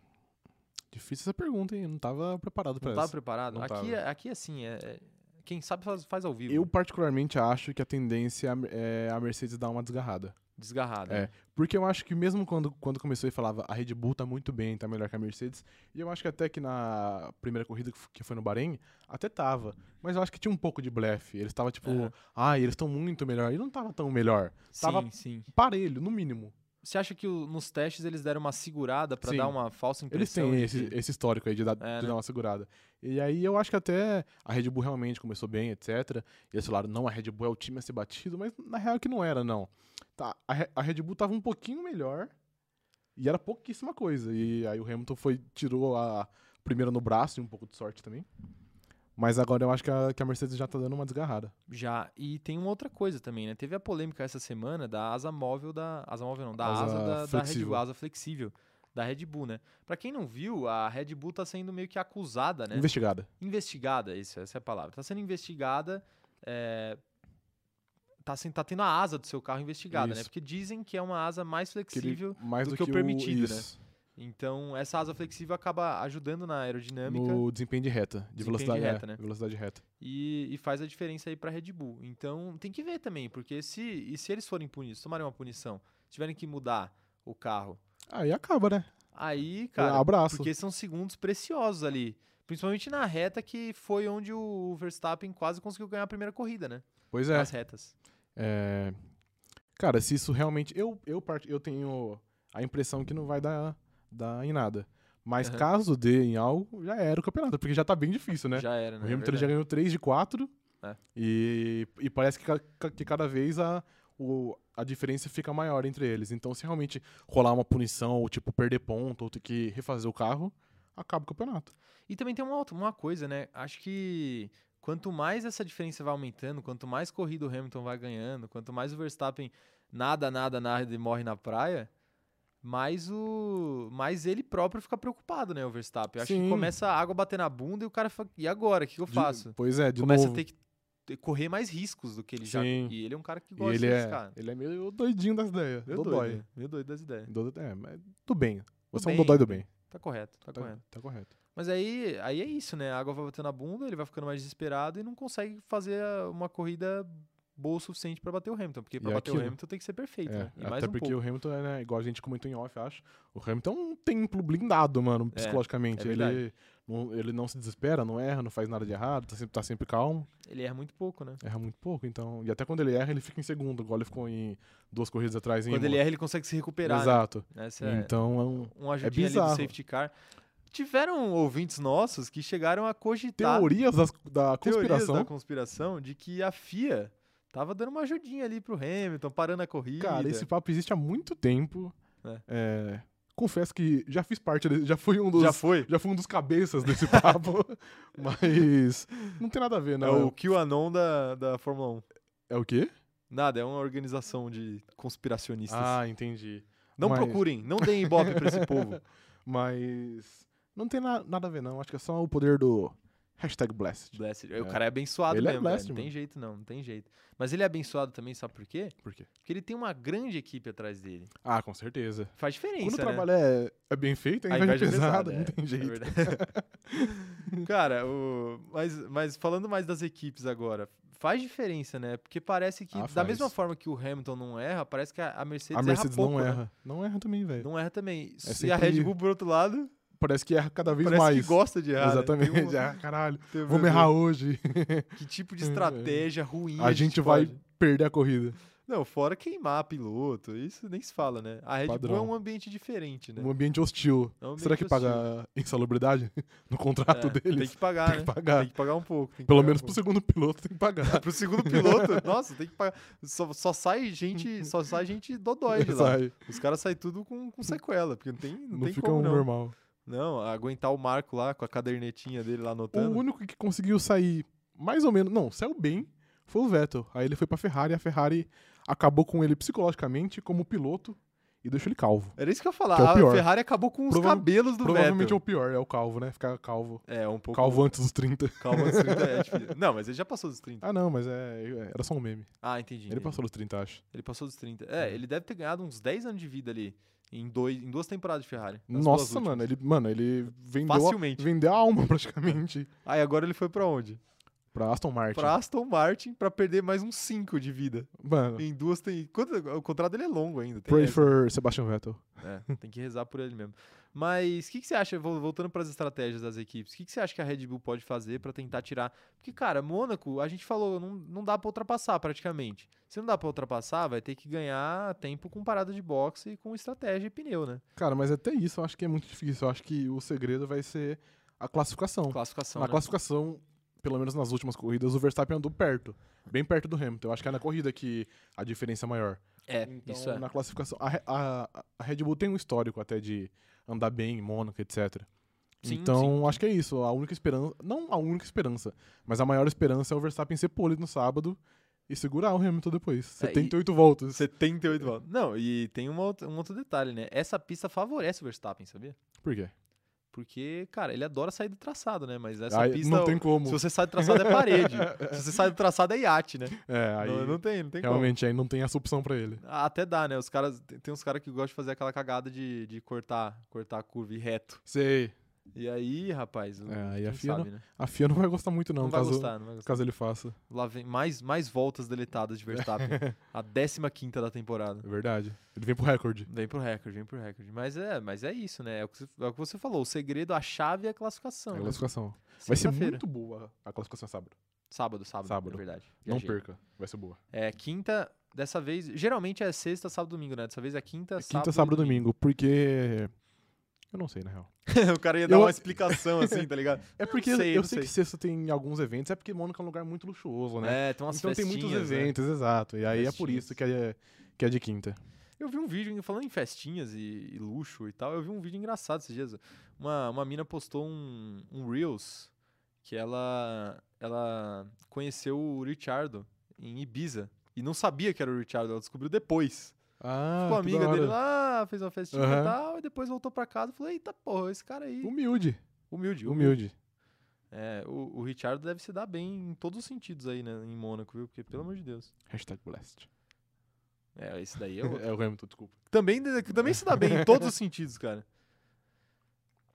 Speaker 2: difícil essa pergunta, hein? Eu não tava preparado pra
Speaker 1: Não
Speaker 2: essa.
Speaker 1: estava preparado?
Speaker 2: Não
Speaker 1: aqui,
Speaker 2: tava.
Speaker 1: é- aqui assim, é, é- quem sabe faz, faz ao vivo,
Speaker 2: Eu particularmente acho que a tendência é a Mer- é a Mercedes dar uma desgarrada.
Speaker 1: desgarrado.
Speaker 2: É. Porque eu acho que mesmo quando, quando começou e falava a Red Bull tá muito bem, tá melhor que a Mercedes, e eu acho que até que na primeira corrida que f- que foi no Bahrein, até tava. Mas eu acho que tinha um pouco de blefe. Eles tava tipo,
Speaker 1: Aham.
Speaker 2: ah, eles estão muito melhor. E não tava tão melhor. Tava-
Speaker 1: Sim, sim.
Speaker 2: Parelho, no mínimo.
Speaker 1: Você acha que o- nos testes eles deram uma segurada para
Speaker 2: Sim.
Speaker 1: dar uma falsa
Speaker 2: Eles
Speaker 1: impressão?
Speaker 2: têm
Speaker 1: de
Speaker 2: esse,
Speaker 1: que-
Speaker 2: esse histórico aí de, dar,
Speaker 1: É,
Speaker 2: de
Speaker 1: né?
Speaker 2: dar uma segurada. E aí eu acho que até a Red Bull realmente começou bem, etc. E eles falaram, não, a Red Bull é o time a ser batido, mas na real é que não era, não. Tá, a, Re- a Red Bull tava um pouquinho melhor e era pouquíssima coisa. E aí o Hamilton foi, tirou a primeira no braço e um pouco de sorte também. Mas agora eu acho que a, que a Mercedes já tá dando uma desgarrada.
Speaker 1: Já. E tem uma outra coisa também, né? Teve a polêmica essa semana da asa móvel da. Asa móvel não, da asa,
Speaker 2: Asa
Speaker 1: da, da Red
Speaker 2: flexível.
Speaker 1: Bull, asa flexível da Red Bull, né? Pra quem não viu, a Red Bull tá sendo meio que acusada, né?
Speaker 2: Investigada.
Speaker 1: investigada, isso, essa é a palavra. Tá sendo investigada. É... Tá, sen- tá tendo a asa do seu carro investigada, né?
Speaker 2: Isso.
Speaker 1: Porque dizem que é uma asa mais
Speaker 2: Que ele-
Speaker 1: flexível.
Speaker 2: mais
Speaker 1: do
Speaker 2: do,
Speaker 1: que o permitido, né?
Speaker 2: isso,
Speaker 1: Então, essa asa flexível acaba ajudando na aerodinâmica.
Speaker 2: No desempenho de reta. De
Speaker 1: Desempenho de
Speaker 2: velocidade é,
Speaker 1: reta, né?
Speaker 2: Velocidade reta.
Speaker 1: e, e faz a diferença aí pra Red Bull. Então tem que ver também, porque se, e se eles forem punidos, tomarem uma punição, tiverem que mudar o carro,
Speaker 2: Aí acaba, né?
Speaker 1: aí, cara,
Speaker 2: Abraço.
Speaker 1: porque são segundos preciosos ali. Principalmente na reta que foi onde o Verstappen quase conseguiu ganhar a primeira corrida, né?
Speaker 2: Pois é.
Speaker 1: Nas retas.
Speaker 2: É, Cara, se isso realmente. Eu, eu, part- eu tenho a impressão que não vai dar, dar em nada. Mas
Speaker 1: Aham.
Speaker 2: caso dê em algo, já era o campeonato, porque já tá bem difícil, né?
Speaker 1: Já era,
Speaker 2: o
Speaker 1: né? É
Speaker 2: Hamilton já
Speaker 1: verdade.
Speaker 2: ganhou 3 de 4.
Speaker 1: É.
Speaker 2: E, e parece que, ca- ca- que cada vez a, o- a diferença fica maior entre eles. Então, se realmente rolar uma punição, ou tipo, perder ponto, ou ter que refazer o carro, acaba o campeonato.
Speaker 1: E também tem uma, outra- uma coisa, né? Acho que quanto mais essa diferença vai aumentando, quanto mais corrida o Hamilton vai ganhando, quanto mais o Verstappen nada, nada, nada e morre na praia, mais o mais ele próprio fica preocupado, né, o Verstappen. Acho que
Speaker 2: Sim.
Speaker 1: começa a água bater na bunda e o cara fala, e agora, o que, que eu
Speaker 2: De-
Speaker 1: faço?
Speaker 2: pois é, de
Speaker 1: começa
Speaker 2: novo.
Speaker 1: a ter que ter- correr mais riscos do que ele já...
Speaker 2: Sim.
Speaker 1: E ele é um cara que
Speaker 2: E
Speaker 1: gosta
Speaker 2: ele
Speaker 1: de
Speaker 2: é,
Speaker 1: arriscar.
Speaker 2: ele é meio doidinho das ideias.
Speaker 1: Meu
Speaker 2: Dodói.
Speaker 1: doido, né? meu doido das ideias.
Speaker 2: Do, é, mas do bem. Você é
Speaker 1: bem,
Speaker 2: um dodói do bem.
Speaker 1: Tá correto, tá correto.
Speaker 2: tá correto.
Speaker 1: Mas aí, aí é isso, né? A água vai batendo na bunda, ele vai ficando mais desesperado e não consegue fazer a- uma corrida boa o suficiente pra bater o Hamilton. Porque pra
Speaker 2: E é
Speaker 1: bater o
Speaker 2: aquilo.
Speaker 1: Hamilton tem que ser perfeito,
Speaker 2: É,
Speaker 1: né? E mais
Speaker 2: até
Speaker 1: um
Speaker 2: porque
Speaker 1: pouco.
Speaker 2: o Hamilton, é, né, igual a gente comentou em off, eu acho, o Hamilton é um templo blindado, mano, psicologicamente.
Speaker 1: é
Speaker 2: ele, não, ele não se desespera, não erra, não faz nada de errado, tá sempre, tá sempre calmo,
Speaker 1: Ele erra muito pouco, né?
Speaker 2: erra muito pouco, então... E até quando ele erra, ele fica em segundo, igual ele ficou em duas corridas atrás. em
Speaker 1: Quando
Speaker 2: uma.
Speaker 1: ele erra, ele consegue se recuperar. né?
Speaker 2: Exato.
Speaker 1: Essa é
Speaker 2: Então é um...
Speaker 1: um ajudinha ali do
Speaker 2: bizarro.
Speaker 1: safety car. Tiveram ouvintes nossos que chegaram a cogitar
Speaker 2: Teorias das- da
Speaker 1: teorias da
Speaker 2: conspiração.
Speaker 1: conspiração de que a FIA tava dando uma ajudinha ali pro Hamilton, parando a corrida.
Speaker 2: Cara, esse papo existe há muito tempo. É, confesso que já fiz parte, dele, já fui um dos...
Speaker 1: Já foi?
Speaker 2: Já fui um dos cabeças desse [laughs] papo, mas não tem nada a ver,
Speaker 1: é
Speaker 2: não.
Speaker 1: o QAnon da, da Fórmula 1.
Speaker 2: É o quê?
Speaker 1: Nada, é uma organização de conspiracionistas.
Speaker 2: Ah, entendi.
Speaker 1: não
Speaker 2: mas-
Speaker 1: procurem, não deem
Speaker 2: [laughs]
Speaker 1: ibope pra esse povo.
Speaker 2: Mas não tem na- nada a ver, não. Acho que é só o poder do Hashtag blessed.
Speaker 1: Blessed.
Speaker 2: É.
Speaker 1: O cara é abençoado
Speaker 2: Ele é
Speaker 1: mesmo,
Speaker 2: blessed,
Speaker 1: velho. Não tem
Speaker 2: mano.
Speaker 1: jeito, não. Não tem jeito. Mas ele é abençoado também, sabe por quê?
Speaker 2: Por quê?
Speaker 1: Porque ele tem uma grande equipe atrás dele.
Speaker 2: Ah, com certeza.
Speaker 1: Faz diferença,
Speaker 2: Quando o
Speaker 1: né?
Speaker 2: trabalho é, é bem feito, a inveja, é pesada, não
Speaker 1: é,
Speaker 2: tem
Speaker 1: é
Speaker 2: jeito.
Speaker 1: verdade. [laughs] Cara, o... mas, mas falando mais das equipes agora, faz diferença, né? Porque parece que,
Speaker 2: Ah,
Speaker 1: da
Speaker 2: faz.
Speaker 1: mesma forma que o Hamilton não erra, parece que a a Mercedes,
Speaker 2: a
Speaker 1: erra
Speaker 2: Mercedes
Speaker 1: pouco,
Speaker 2: não
Speaker 1: né?
Speaker 2: erra. Não erra também, velho.
Speaker 1: Não erra também. e a
Speaker 2: sempre-
Speaker 1: Red Bull, por outro lado,
Speaker 2: Parece que erra cada vez
Speaker 1: parece
Speaker 2: mais.
Speaker 1: que gosta de errar. né? Tem
Speaker 2: Exatamente. [laughs]
Speaker 1: uma-
Speaker 2: Ah, caralho.
Speaker 1: [laughs] tem uma-
Speaker 2: Vamos errar hoje.
Speaker 1: Que tipo de estratégia ruim
Speaker 2: A gente vai
Speaker 1: pode-
Speaker 2: perder a corrida.
Speaker 1: Não, fora queimar piloto, isso nem se fala, né? A Red Bull é
Speaker 2: Padrão.
Speaker 1: um ambiente diferente, né?
Speaker 2: Um ambiente hostil.
Speaker 1: É um
Speaker 2: Será
Speaker 1: ambiente
Speaker 2: que paga insalubridade [laughs] no contrato
Speaker 1: É, Tem
Speaker 2: deles?
Speaker 1: que pagar,
Speaker 2: Tem que
Speaker 1: né?
Speaker 2: pagar.
Speaker 1: Tem que pagar um pouco. tem que
Speaker 2: Pelo
Speaker 1: pagar
Speaker 2: menos
Speaker 1: um
Speaker 2: pro
Speaker 1: pouco.
Speaker 2: segundo piloto tem que
Speaker 1: [laughs]
Speaker 2: pagar.
Speaker 1: pro segundo piloto. Nossa, tem que pagar. Só, só sai gente, só sai gente
Speaker 2: [laughs]
Speaker 1: dodói de lá.
Speaker 2: Sai.
Speaker 1: Os caras saem tudo com, com sequela, porque não tem, não
Speaker 2: Não,
Speaker 1: tem
Speaker 2: fica
Speaker 1: como
Speaker 2: um
Speaker 1: não.
Speaker 2: normal.
Speaker 1: Não, aguentar o Marco lá com a cadernetinha dele lá
Speaker 2: O
Speaker 1: anotando.
Speaker 2: único que conseguiu sair mais ou menos, não, saiu bem, foi o Vettel. Aí ele foi pra Ferrari, a Ferrari acabou com ele psicologicamente como piloto e deixou ele calvo.
Speaker 1: Era isso que eu ia falar.
Speaker 2: Que é o
Speaker 1: a
Speaker 2: pior.
Speaker 1: Ferrari acabou com os
Speaker 2: Prova-
Speaker 1: cabelos do
Speaker 2: Provavelmente é
Speaker 1: Vettel.
Speaker 2: o pior, é o calvo, né? Ficar calvo.
Speaker 1: É, um pouco.
Speaker 2: Calvo antes dos 30.
Speaker 1: Calma, dos 30 é difícil. Não, mas ele já passou dos 30.
Speaker 2: [laughs] Ah, não, mas é, é, era só um meme.
Speaker 1: Ah, entendi.
Speaker 2: Ele
Speaker 1: entendi.
Speaker 2: passou Uhum. dos 30, acho.
Speaker 1: Ele passou dos 30. É, ele deve ter ganhado uns 10 anos de vida ali. Em, dois, em duas temporadas de Ferrari. nas duas
Speaker 2: Nossa,
Speaker 1: últimas.
Speaker 2: mano, é ele, mano, ele vendeu, a,
Speaker 1: Facilmente.
Speaker 2: vendeu a alma [laughs] praticamente
Speaker 1: Aí agora ele foi pra onde?
Speaker 2: pra Aston Martin.
Speaker 1: Pra Aston Martin pra perder mais uns 5 de vida.
Speaker 2: Mano,
Speaker 1: Em duas tem. quanto- o contrato dele é longo ainda. Tem,
Speaker 2: pray
Speaker 1: essa.
Speaker 2: for Sebastian Vettel.
Speaker 1: É, tem que rezar por ele mesmo. Mas o que, que você acha, vol- voltando pras estratégias das equipes, o que, que você acha que a Red Bull pode fazer pra tentar tirar? Porque, cara, Mônaco, a gente falou, não, não dá pra ultrapassar praticamente. Se não dá pra ultrapassar, vai ter que ganhar tempo com parada de boxe e com estratégia e pneu, né?
Speaker 2: Cara, mas até isso eu acho que é muito difícil. Eu acho que o segredo vai ser a classificação.
Speaker 1: Classificação.
Speaker 2: Na
Speaker 1: né?
Speaker 2: classificação, pelo menos nas últimas corridas, o Verstappen andou perto. Bem perto do Hamilton. Eu acho que é na corrida que a diferença é maior.
Speaker 1: É,
Speaker 2: Então,
Speaker 1: isso é.
Speaker 2: na classificação. A, Re- a- a Red Bull tem um histórico até de andar bem em Mônaco, etc.
Speaker 1: Sim,
Speaker 2: então, acho que é isso. A única esperança. Não a única esperança, mas a maior esperança é o Verstappen ser pole no sábado e segurar o Hamilton depois.
Speaker 1: É, e-
Speaker 2: 78 voltas.
Speaker 1: 78 voltas. Não, e tem uma outra- um outro detalhe, né? Essa pista favorece o Verstappen, sabia?
Speaker 2: Por quê?
Speaker 1: Porque, cara, ele adora sair do traçado, né? Mas essa
Speaker 2: Aí
Speaker 1: pista.
Speaker 2: não tem como.
Speaker 1: Se você sai do traçado é parede. se você sai do traçado é iate, né?
Speaker 2: É, aí.
Speaker 1: Não, não tem, não tem
Speaker 2: Realmente, aí não tem essa opção pra ele.
Speaker 1: como. Ah, Até dá, né? Os caras. tem- Tem uns caras que gostam de fazer aquela cagada de, de cortar, cortar a curva e reto.
Speaker 2: Sei.
Speaker 1: E aí, rapaz, não-
Speaker 2: É, aí a
Speaker 1: não
Speaker 2: FIA
Speaker 1: sabe, né?
Speaker 2: A FIA não vai gostar muito, não,
Speaker 1: Não, vai
Speaker 2: caso,
Speaker 1: gostar, não vai gostar.
Speaker 2: caso ele faça.
Speaker 1: Lá vem mais, mais voltas deletadas de Verstappen.
Speaker 2: [laughs]
Speaker 1: a 15 da temporada.
Speaker 2: É verdade. Ele vem pro recorde.
Speaker 1: Vem pro recorde, vem pro recorde. Mas é, mas é isso, né? É o que você, é o que você falou. O segredo, a chave é a classificação.
Speaker 2: É a
Speaker 1: né?
Speaker 2: classificação. Vai ser
Speaker 1: Sexta-feira.
Speaker 2: muito boa a classificação sábado.
Speaker 1: Sábado, sábado.
Speaker 2: Sábado.
Speaker 1: É verdade.
Speaker 2: Não
Speaker 1: Viajei.
Speaker 2: perca. Vai ser boa.
Speaker 1: É, quinta, dessa vez. Geralmente é sexta, sábado, domingo, né? Dessa vez é quinta,
Speaker 2: Quinta,
Speaker 1: e
Speaker 2: sábado e domingo, porque. Eu não sei, na real.
Speaker 1: [laughs] o cara ia
Speaker 2: dar
Speaker 1: dar
Speaker 2: Eu- uma
Speaker 1: uma explicação assim, tá
Speaker 2: [laughs]
Speaker 1: ligado?
Speaker 2: É porque
Speaker 1: sei,
Speaker 2: eu
Speaker 1: não
Speaker 2: sei, que sexta tem alguns eventos, é porque Mônaco é um lugar muito luxuoso, né?
Speaker 1: É, tem umas
Speaker 2: então tem muitos
Speaker 1: festinhas, né?
Speaker 2: eventos, exato. E aí é por
Speaker 1: Festinhas.
Speaker 2: isso que é, que é de quinta.
Speaker 1: Eu vi um vídeo falando em festinhas e, e luxo e tal. Eu vi um vídeo engraçado esses dias. Uma, uma mina postou um, um Reels que ela, ela conheceu o Richardo em Ibiza. E não sabia que era o Richardo, ela descobriu depois.
Speaker 2: Ah,
Speaker 1: Ficou
Speaker 2: que
Speaker 1: amiga
Speaker 2: da
Speaker 1: dele
Speaker 2: hora.
Speaker 1: lá, fez uma festinha e
Speaker 2: Aham.
Speaker 1: tal, e depois voltou pra casa e falou: Eita porra, esse cara aí.
Speaker 2: Humilde.
Speaker 1: Humilde, humilde.
Speaker 2: Humilde.
Speaker 1: É, o, o Richard deve se dar bem em todos os sentidos aí, né, em Mônaco, viu? Porque, pelo amor de Deus.
Speaker 2: Hashtag blessed.
Speaker 1: É, esse daí é o...
Speaker 2: É o Hamilton, desculpa.
Speaker 1: também, né, também se dá bem em todos os sentidos, cara.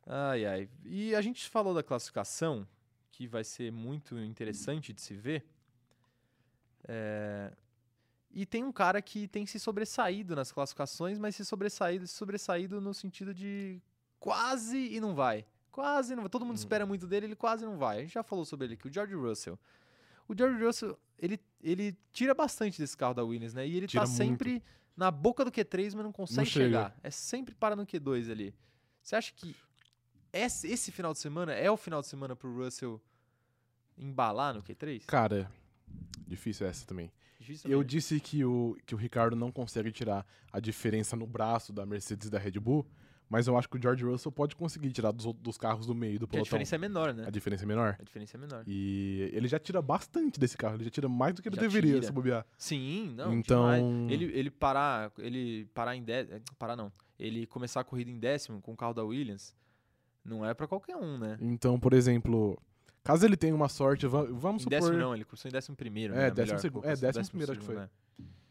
Speaker 1: Ai, ai. E a gente falou da classificação, que vai ser muito interessante de se ver. É, E tem um cara que tem se sobressaído nas classificações, mas se sobressaído, se sobressaído no sentido de quase e não vai. Quase não vai. Todo mundo
Speaker 2: Hum.
Speaker 1: espera muito dele, ele quase não vai. A gente já falou sobre ele aqui, o George Russell. O George Russell, ele, ele tira bastante desse carro da Williams, né? E ele
Speaker 2: Tira
Speaker 1: tá
Speaker 2: muito.
Speaker 1: sempre na boca do Q3, mas não consegue
Speaker 2: chega.
Speaker 1: chegar. É sempre para no Q2 ali. Você acha que esse, esse final de semana é o final de semana pro Russell embalar no Q3?
Speaker 2: Cara, difícil essa também.
Speaker 1: Difícil
Speaker 2: Eu
Speaker 1: também, né?
Speaker 2: disse que o, que o Ricardo não consegue tirar a diferença no braço da Mercedes e da Red Bull, mas eu acho que o George Russell pode conseguir tirar dos, outros- dos carros do meio do
Speaker 1: Porque a
Speaker 2: pelotão.
Speaker 1: diferença é menor, né?
Speaker 2: A diferença é menor.
Speaker 1: A diferença é menor.
Speaker 2: E ele já tira bastante desse carro, ele já tira mais do que ele
Speaker 1: Já
Speaker 2: deveria
Speaker 1: tira.
Speaker 2: se bobear.
Speaker 1: Sim, não.
Speaker 2: Então-
Speaker 1: demais. Ele, ele parar, ele parar em décimo. Parar não. Ele começar a corrida em décimo com o carro da Williams. Não é pra qualquer um, né?
Speaker 2: Então, por exemplo, Caso ele tenha uma sorte, va- vamos
Speaker 1: em décimo
Speaker 2: supor.
Speaker 1: não, ele cursou em décimo primeiro.
Speaker 2: É,
Speaker 1: né?
Speaker 2: décimo
Speaker 1: Melhor,
Speaker 2: segundo- é,
Speaker 1: colocação,
Speaker 2: décimo primeiro, acho que
Speaker 1: segundo, né?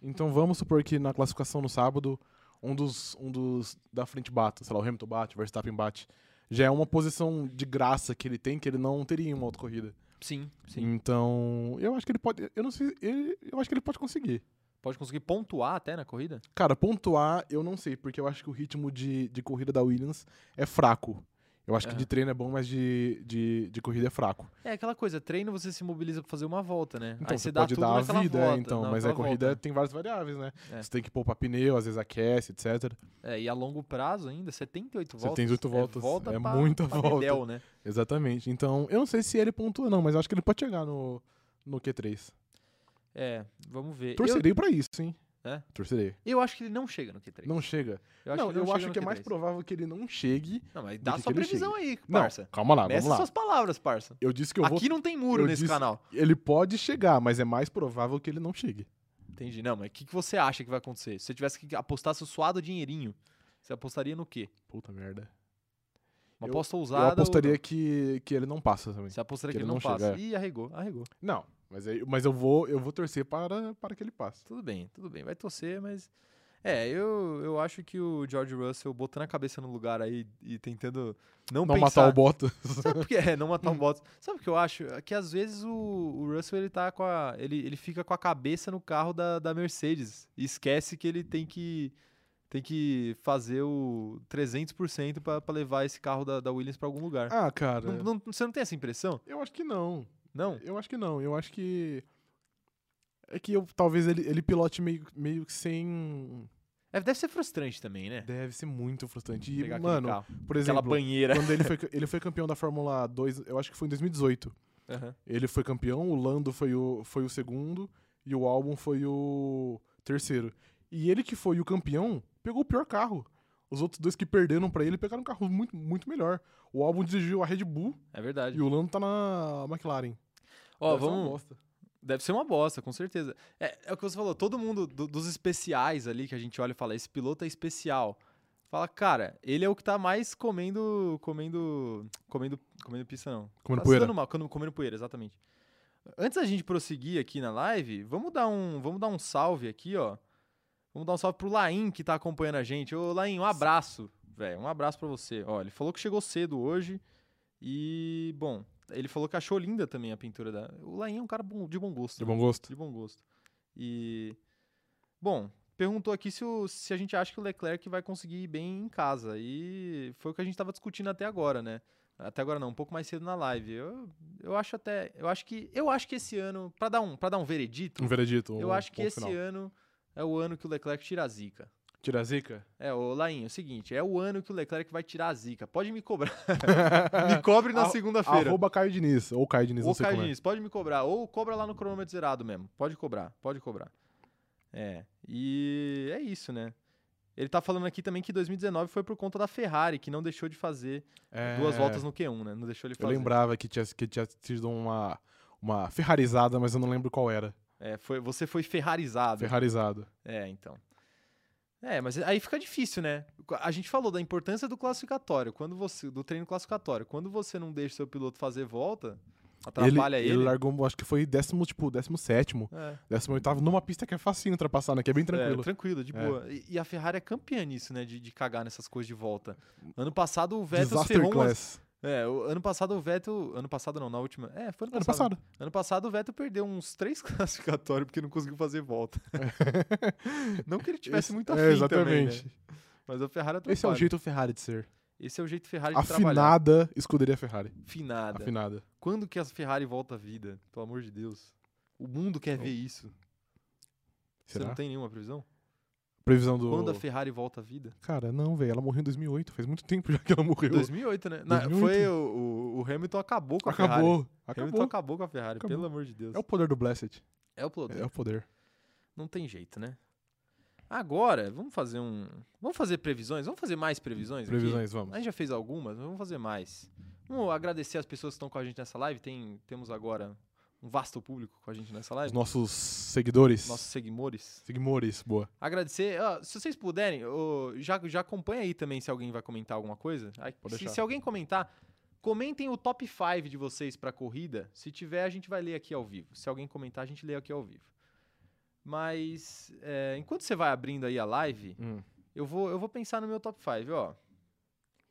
Speaker 2: Então vamos supor que na classificação no sábado, um dos, um dos da frente bata, sei lá, o Hamilton bate, o Verstappen bate. Já é uma posição de graça que ele tem que ele não teria em uma outra corrida.
Speaker 1: né? Sim, sim.
Speaker 2: Então, eu acho que ele pode, eu não sei, ele- eu acho que ele pode conseguir.
Speaker 1: Pode conseguir pontuar até na corrida?
Speaker 2: Cara, pontuar, eu não sei, porque eu acho que o ritmo de, de corrida da Williams é fraco. Eu acho que
Speaker 1: É.
Speaker 2: de treino é bom, mas de, de, de corrida é fraco.
Speaker 1: É aquela coisa, treino você se mobiliza pra fazer uma volta, né?
Speaker 2: Então,
Speaker 1: Aí
Speaker 2: você,
Speaker 1: você dá
Speaker 2: pode
Speaker 1: tudo
Speaker 2: dar a
Speaker 1: naquela
Speaker 2: vida, é,
Speaker 1: volta.
Speaker 2: então,
Speaker 1: na-
Speaker 2: mas a
Speaker 1: naquela
Speaker 2: corrida
Speaker 1: volta.
Speaker 2: tem várias variáveis, né?
Speaker 1: É.
Speaker 2: Você tem que poupar pneu, às vezes aquece, etc.
Speaker 1: É, e a longo prazo ainda, 78 voltas.
Speaker 2: 78 voltas,
Speaker 1: É, volta
Speaker 2: é
Speaker 1: pra-
Speaker 2: muita
Speaker 1: pra
Speaker 2: volta.
Speaker 1: Dedéu, né?
Speaker 2: Exatamente. Então, eu não sei se ele pontua, não, mas eu acho que ele pode chegar no, no Q3.
Speaker 1: É, vamos ver. Eu,
Speaker 2: Torcerei pra isso, hein?
Speaker 1: É?
Speaker 2: Torcerei.
Speaker 1: eu acho que ele não chega no Q3.
Speaker 2: Não chega.
Speaker 1: eu acho
Speaker 2: não,
Speaker 1: que, ele
Speaker 2: eu
Speaker 1: chega
Speaker 2: acho
Speaker 1: no
Speaker 2: que é mais
Speaker 1: Q3.
Speaker 2: provável que ele não chegue.
Speaker 1: Não, mas
Speaker 2: do
Speaker 1: dá
Speaker 2: que
Speaker 1: sua
Speaker 2: que ele
Speaker 1: previsão aí,
Speaker 2: Não,
Speaker 1: parça.
Speaker 2: calma lá,
Speaker 1: Meça
Speaker 2: vamos lá.
Speaker 1: suas palavras, parça.
Speaker 2: Eu disse que eu vou.
Speaker 1: Aqui não tem muro
Speaker 2: eu
Speaker 1: nesse
Speaker 2: disse-
Speaker 1: canal.
Speaker 2: Ele pode chegar, mas é mais provável que ele não chegue.
Speaker 1: Entendi. Não, mas o que, que você acha que vai acontecer? Se você tivesse que apostar seu suado dinheirinho, você apostaria no quê?
Speaker 2: Puta merda.
Speaker 1: Uma
Speaker 2: Eu-
Speaker 1: aposta
Speaker 2: eu
Speaker 1: ousada? ou
Speaker 2: apostaria
Speaker 1: não?
Speaker 2: que, que ele não passa também.
Speaker 1: Você apostaria
Speaker 2: que
Speaker 1: que ele
Speaker 2: ele
Speaker 1: não,
Speaker 2: não
Speaker 1: passa.
Speaker 2: chega, é.
Speaker 1: Ih, arregou, arregou.
Speaker 2: Não, mas, aí- mas eu, vou, eu vou torcer para, para que ele passe.
Speaker 1: Tudo bem, tudo bem. Vai torcer, mas. É, eu, eu acho que o George Russell botando a cabeça no lugar aí e tentando não,
Speaker 2: Não
Speaker 1: pensar...
Speaker 2: matar o Bottas.
Speaker 1: [laughs]
Speaker 2: Hum.
Speaker 1: Sabe por quê? É, não matar o Bottas. Sabe o que eu acho? É que às vezes o, o Russell ele tá com a. Ele, ele fica com a cabeça no carro da, da Mercedes. E esquece que ele tem que. Tem que fazer o 300% pra pra levar esse carro da, da Williams pra algum lugar.
Speaker 2: ah, cara.
Speaker 1: Não- não- você não tem essa impressão?
Speaker 2: Eu acho que não.
Speaker 1: Não?
Speaker 2: Eu acho que não. Eu acho que. É que eu, talvez ele, ele pilote meio, meio que sem.
Speaker 1: É, deve ser frustrante também, né?
Speaker 2: Deve ser muito frustrante. E,
Speaker 1: Pegar aquele
Speaker 2: mano,
Speaker 1: carro,
Speaker 2: por
Speaker 1: aquela
Speaker 2: exemplo, [laughs]
Speaker 1: banheira.
Speaker 2: quando ele foi, ca- ele foi campeão da Fórmula 2, eu acho que foi em 2018.
Speaker 1: Aham.
Speaker 2: Ele foi campeão, o Lando foi o, foi o segundo e o Albon foi o terceiro. E ele que foi o campeão pegou o pior carro. Os outros dois que perderam pra ele pegaram um carro muito, muito melhor. O Albon dirigiu a Red Bull
Speaker 1: É verdade.
Speaker 2: e o Lando tá na McLaren.
Speaker 1: Ó,
Speaker 2: Deve ser uma
Speaker 1: vamos.
Speaker 2: bosta.
Speaker 1: Deve ser uma bosta, com certeza. É, é o que você falou, todo mundo do- dos especiais ali que a gente olha e fala, esse piloto é especial. Fala, cara, ele é o que tá mais comendo. comendo. comendo. comendo pista, não.
Speaker 2: Comendo
Speaker 1: tá
Speaker 2: poeira.
Speaker 1: se dando mal, quando- comendo poeira, exatamente. Antes da gente prosseguir aqui na live, vamos dar um, vamos dar um salve aqui, ó. Vamos dar um salve pro Laim que tá acompanhando a gente. Ô, Laim, um abraço, velho. Um abraço pra você. Ó, ele falou que chegou cedo hoje e, bom, ele falou que achou linda também a pintura da. O Laim é um cara bom- de bom gosto.
Speaker 2: De
Speaker 1: né?
Speaker 2: bom gosto.
Speaker 1: De bom gosto. E. Bom, perguntou aqui se, o- se a gente acha que o Leclerc vai conseguir ir bem em casa. E foi o que a gente estava discutindo até agora, né? Até agora não, um pouco mais cedo na live. Eu, eu acho até. Eu acho que. Eu acho que esse ano, para dar um, para dar um veredito,
Speaker 2: Um veredito.
Speaker 1: eu
Speaker 2: um
Speaker 1: acho que
Speaker 2: ponto
Speaker 1: esse
Speaker 2: final.
Speaker 1: ano é o ano que o Leclerc tira a zica.
Speaker 2: Tira a [laughs] zica?
Speaker 1: É, ô Lainho, é o seguinte, é o ano que o Leclerc vai tirar a zica. Pode me
Speaker 2: [laughs]
Speaker 1: cobrar. me cobre na
Speaker 2: Arro-
Speaker 1: segunda-feira.
Speaker 2: Arroba Caio Diniz. Ou Caio Diniz,
Speaker 1: Ou
Speaker 2: não sei
Speaker 1: Caio
Speaker 2: como é.
Speaker 1: Diniz, pode me cobrar. Ou cobra lá no cronômetro zerado mesmo. Pode cobrar, pode cobrar. É, e é isso, né? Ele tá falando aqui também que 2019 foi por conta da Ferrari, que não deixou de fazer
Speaker 2: É,
Speaker 1: duas voltas no Q1, né? Não deixou ele
Speaker 2: Eu
Speaker 1: fazer.
Speaker 2: lembrava que tinha, que tinha sido uma, uma ferrarizada, mas eu não lembro qual era.
Speaker 1: É, foi, você foi ferrarizado.
Speaker 2: Ferrarizada.
Speaker 1: É, então. É, mas aí fica difícil, né? A gente falou da importância do classificatório, quando você do treino classificatório. Quando você não deixa seu piloto fazer volta, atrapalha ele.
Speaker 2: largou, acho que foi décimo, tipo, décimo sétimo,
Speaker 1: É.
Speaker 2: décimo oitavo, numa pista que é facinho ultrapassar, né? Que é bem
Speaker 1: É,
Speaker 2: tranquilo.
Speaker 1: tranquilo, de
Speaker 2: É.
Speaker 1: boa. E, e a Ferrari é campeã nisso, né? De, de cagar nessas coisas de volta. Ano passado o Vettel
Speaker 2: Disaster
Speaker 1: ferrou. umas-
Speaker 2: class.
Speaker 1: É, o- ano passado o Vettel. Ano passado não, na última. É, foi ano,
Speaker 2: Ano
Speaker 1: passado.
Speaker 2: passado.
Speaker 1: Ano passado o Vettel perdeu uns três [laughs] classificatórios porque não conseguiu fazer volta. não que ele tivesse
Speaker 2: Esse-
Speaker 1: muita
Speaker 2: [laughs] é,
Speaker 1: fim também, né?
Speaker 2: Exatamente.
Speaker 1: Mas a Ferrari atrapalha.
Speaker 2: Esse é o jeito Ferrari de ser.
Speaker 1: Esse é o jeito Ferrari de trabalhar.
Speaker 2: Afinada escuderia Ferrari.
Speaker 1: Finada.
Speaker 2: Afinada.
Speaker 1: Quando que a Ferrari volta à vida? Pelo amor de Deus. O mundo quer ver isso. Você
Speaker 2: Será?
Speaker 1: não tem nenhuma previsão?
Speaker 2: Previsão do.
Speaker 1: Quando a Ferrari volta à vida?
Speaker 2: Cara, não, velho. Ela morreu em 2008. Faz muito tempo já que ela morreu.
Speaker 1: 2008, né? Na-
Speaker 2: 2008.
Speaker 1: Foi o, o- o Hamilton acabou com a Ferrari.
Speaker 2: Acabou.
Speaker 1: Hamilton
Speaker 2: Acabou.
Speaker 1: acabou com a Ferrari,
Speaker 2: Acabou.
Speaker 1: pelo amor de Deus.
Speaker 2: É o poder do Blessed.
Speaker 1: É o piloto.
Speaker 2: É o poder.
Speaker 1: Não tem jeito, né? Agora, vamos fazer um. Vamos fazer previsões? Vamos fazer mais previsões? aqui?
Speaker 2: Previsões, vamos.
Speaker 1: A gente já fez algumas, mas vamos fazer mais. Vamos agradecer as pessoas que estão com a gente nessa live. Tem, temos agora um vasto público com a gente nessa
Speaker 2: Os
Speaker 1: live.
Speaker 2: nossos seguidores.
Speaker 1: Nossos seguidores.
Speaker 2: Seguimores, boa.
Speaker 1: Agradecer. ó, se vocês puderem, ô, já, já acompanha aí também se alguém vai comentar alguma coisa. Aí,
Speaker 2: Pode
Speaker 1: se,
Speaker 2: deixar.
Speaker 1: se alguém comentar, Comentem o top 5 de vocês para corrida. Se tiver, a gente vai ler aqui ao vivo. Se alguém comentar, a gente lê aqui ao vivo. Mas é, enquanto você vai abrindo aí a live,
Speaker 2: Hum,
Speaker 1: eu vou, eu vou pensar no meu top 5, ó.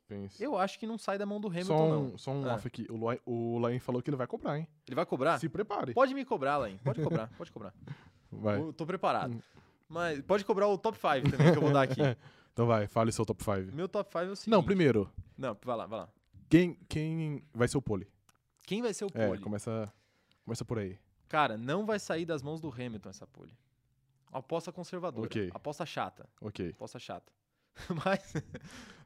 Speaker 2: pensa.
Speaker 1: Eu acho que não sai da mão do Hamilton,
Speaker 2: só
Speaker 1: não.
Speaker 2: um, só um
Speaker 1: Ah. Tá.
Speaker 2: off aqui. O Lain- O Lain falou que ele vai cobrar, hein?
Speaker 1: Ele vai cobrar?
Speaker 2: Se prepare.
Speaker 1: Pode me cobrar, Lain. Pode cobrar, pode cobrar.
Speaker 2: Vai. Hum.
Speaker 1: Eu tô preparado. Mas pode cobrar o top 5 também que eu vou dar
Speaker 2: [laughs]
Speaker 1: aqui.
Speaker 2: Então vai, fale seu top 5.
Speaker 1: Meu top 5 é o seguinte.
Speaker 2: Não, primeiro,
Speaker 1: Não, vai lá, vai lá.
Speaker 2: quem, quem vai ser o pole?
Speaker 1: Quem vai ser o
Speaker 2: É,
Speaker 1: pole?
Speaker 2: começa, começa por aí.
Speaker 1: Cara, não vai sair das mãos do Hamilton essa pole. Aposta conservadora.
Speaker 2: Ok.
Speaker 1: Aposta chata.
Speaker 2: Ok.
Speaker 1: Aposta chata. [laughs] mas,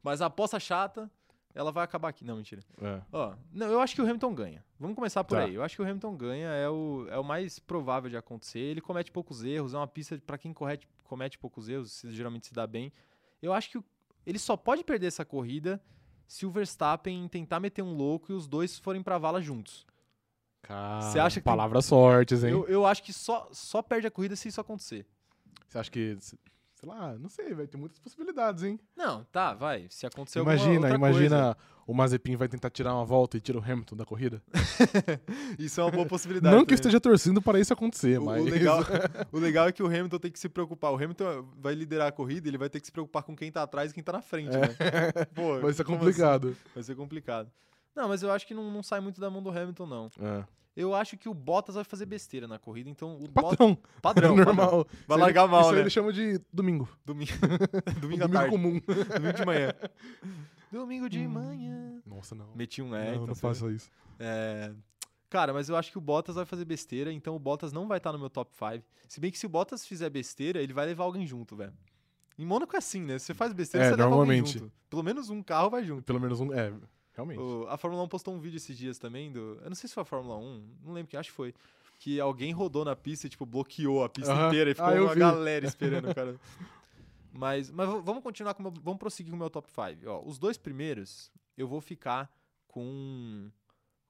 Speaker 1: mas a aposta chata, ela vai acabar aqui. Não, mentira.
Speaker 2: É.
Speaker 1: Ó, não, eu acho que o Hamilton ganha. Vamos começar por
Speaker 2: Tá.
Speaker 1: aí. Eu acho que o Hamilton ganha é o, é o mais provável de acontecer. Ele comete poucos erros, é uma pista para quem correte, comete poucos erros, se- geralmente se dá bem. Eu acho que o- ele só pode perder essa corrida se o Verstappen tentar meter um louco e os dois forem pra vala juntos.
Speaker 2: Cara,
Speaker 1: Você acha que tem-
Speaker 2: palavras fortes, hein?
Speaker 1: Eu, eu acho que só, só perde a corrida se isso acontecer.
Speaker 2: Você acha que, sei lá, não sei, vai ter muitas possibilidades, hein?
Speaker 1: Não, tá, vai. Se acontecer alguma
Speaker 2: imagina,
Speaker 1: outra coisa.
Speaker 2: imagina o Mazepin vai tentar tirar uma volta e tira o Hamilton da corrida.
Speaker 1: Isso é uma
Speaker 2: [laughs]
Speaker 1: boa possibilidade.
Speaker 2: Não que
Speaker 1: também.
Speaker 2: eu esteja torcendo para isso acontecer,
Speaker 1: O-
Speaker 2: mas
Speaker 1: O
Speaker 2: [laughs]
Speaker 1: legal, [laughs] o legal é que o Hamilton tem que se preocupar. O Hamilton vai liderar a corrida, ele vai ter que se preocupar com quem tá atrás e quem tá na frente,
Speaker 2: [laughs]
Speaker 1: né? Pô,
Speaker 2: É. vai ser
Speaker 1: como
Speaker 2: é complicado.
Speaker 1: assim? Vai ser complicado. Não, mas eu acho que não, não sai muito da mão do Hamilton, não.
Speaker 2: É.
Speaker 1: Eu acho que o Bottas vai fazer besteira na corrida, então o
Speaker 2: [laughs]
Speaker 1: Bottas.
Speaker 2: Patrão,
Speaker 1: Padrão, padrão.
Speaker 2: é normal.
Speaker 1: Vai
Speaker 2: Isso
Speaker 1: largar
Speaker 2: ele,
Speaker 1: mal,
Speaker 2: isso aí
Speaker 1: né?
Speaker 2: ele chama de domingo. [laughs]
Speaker 1: Domingo,
Speaker 2: Um
Speaker 1: domingo à
Speaker 2: domingo
Speaker 1: tarde. [laughs]
Speaker 2: comum.
Speaker 1: Domingo de manhã. Domingo de manhã.
Speaker 2: Nossa, não.
Speaker 1: Meti um é,
Speaker 2: não,
Speaker 1: então
Speaker 2: não
Speaker 1: você-
Speaker 2: faça isso.
Speaker 1: É, Cara, mas eu acho que o Bottas vai fazer besteira, então o Bottas não vai estar no meu top 5. Se bem que se o Bottas fizer besteira, ele vai levar alguém junto, velho. Em Mônaco é assim, né? Se você faz besteira,
Speaker 2: É,
Speaker 1: você leva alguém
Speaker 2: normalmente.
Speaker 1: junto. Pelo menos um carro vai junto.
Speaker 2: Pelo menos um. É, realmente.
Speaker 1: O- a Fórmula 1 postou um vídeo esses dias também do. Eu não sei se foi a Fórmula 1, não lembro quem, acho que foi. Que alguém rodou na pista e, tipo, bloqueou a pista
Speaker 2: Aham.
Speaker 1: inteira e ficou
Speaker 2: Ah, eu
Speaker 1: uma
Speaker 2: vi.
Speaker 1: galera esperando, o cara. [laughs] Mas, mas v- vamos continuar com o meu, Vamos prosseguir com o meu top 5. Ó, os dois primeiros, eu vou ficar com.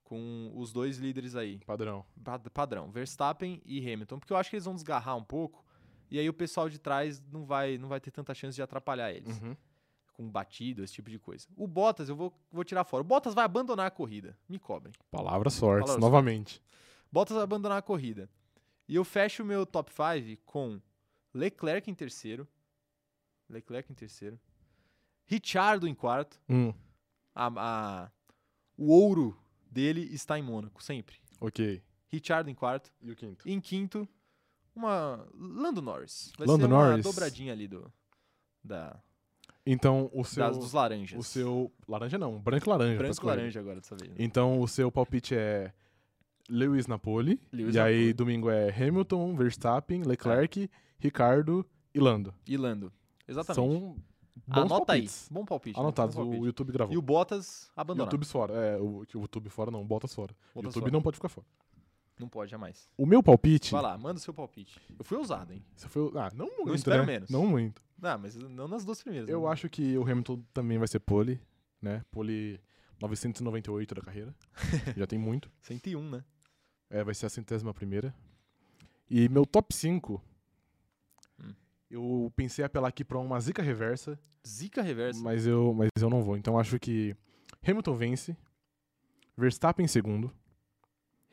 Speaker 1: Com os dois líderes aí.
Speaker 2: Padrão.
Speaker 1: Pa- padrão, Verstappen e Hamilton, porque eu acho que eles vão desgarrar um pouco e aí o pessoal de trás não vai não vai ter tanta chance de atrapalhar eles
Speaker 2: Uhum.
Speaker 1: com batida, esse tipo de coisa. O Bottas eu vou, vou tirar fora. O Bottas vai abandonar a corrida, me cobrem.
Speaker 2: Palavras fortes,
Speaker 1: Palavras
Speaker 2: novamente.
Speaker 1: Bottas vai abandonar a corrida. E eu fecho o meu top 5 com Leclerc em terceiro. Leclerc em terceiro. Richardo em quarto.
Speaker 2: Hum,
Speaker 1: A, a- o ouro dele está em Mônaco, sempre.
Speaker 2: ok.
Speaker 1: Richardo em quarto.
Speaker 2: E o quinto?
Speaker 1: E em quinto, uma Lando Norris. Vai
Speaker 2: Lando
Speaker 1: ser uma
Speaker 2: Norris.
Speaker 1: dobradinha ali do, da,
Speaker 2: Então, o seu.
Speaker 1: das, dos laranjas.
Speaker 2: O seu. Laranja não, branco e laranja. pra
Speaker 1: branco
Speaker 2: escolher.
Speaker 1: laranja agora dessa vez. né?
Speaker 2: Então, o seu palpite é Lewis Napoli.
Speaker 1: Lewis
Speaker 2: e aí,
Speaker 1: Napoli. É.
Speaker 2: domingo é Hamilton, Verstappen, Leclerc, Ricardo e Lando.
Speaker 1: E Lando. Exatamente.
Speaker 2: São bons
Speaker 1: Anota
Speaker 2: palpites.
Speaker 1: aí. Bom palpite. né?
Speaker 2: Anotados,
Speaker 1: Bom
Speaker 2: o
Speaker 1: palpite.
Speaker 2: YouTube gravou.
Speaker 1: E o Bottas abandonado.
Speaker 2: YouTube fora. É, o o YouTube fora não, Bottas fora. O
Speaker 1: Bottas
Speaker 2: YouTube
Speaker 1: fora.
Speaker 2: não pode ficar fora.
Speaker 1: Não pode, jamais.
Speaker 2: O meu palpite.
Speaker 1: Vai lá, manda o seu palpite. Eu fui ousado, hein?
Speaker 2: Você foi, ah, não muito.
Speaker 1: espero
Speaker 2: né?
Speaker 1: menos.
Speaker 2: Não muito.
Speaker 1: Ah, mas não nas duas primeiras.
Speaker 2: Eu
Speaker 1: né?
Speaker 2: acho que o Hamilton também vai ser pole, né? Pole 998
Speaker 1: [laughs]
Speaker 2: da carreira. Já tem muito.
Speaker 1: 101, né?
Speaker 2: É, vai ser a centésima primeira. E meu top 5,
Speaker 1: Hum.
Speaker 2: eu pensei em apelar aqui pra uma zica reversa,
Speaker 1: Zica reversa.
Speaker 2: mas eu, mas eu não vou. Então acho que Hamilton vence, Verstappen em segundo,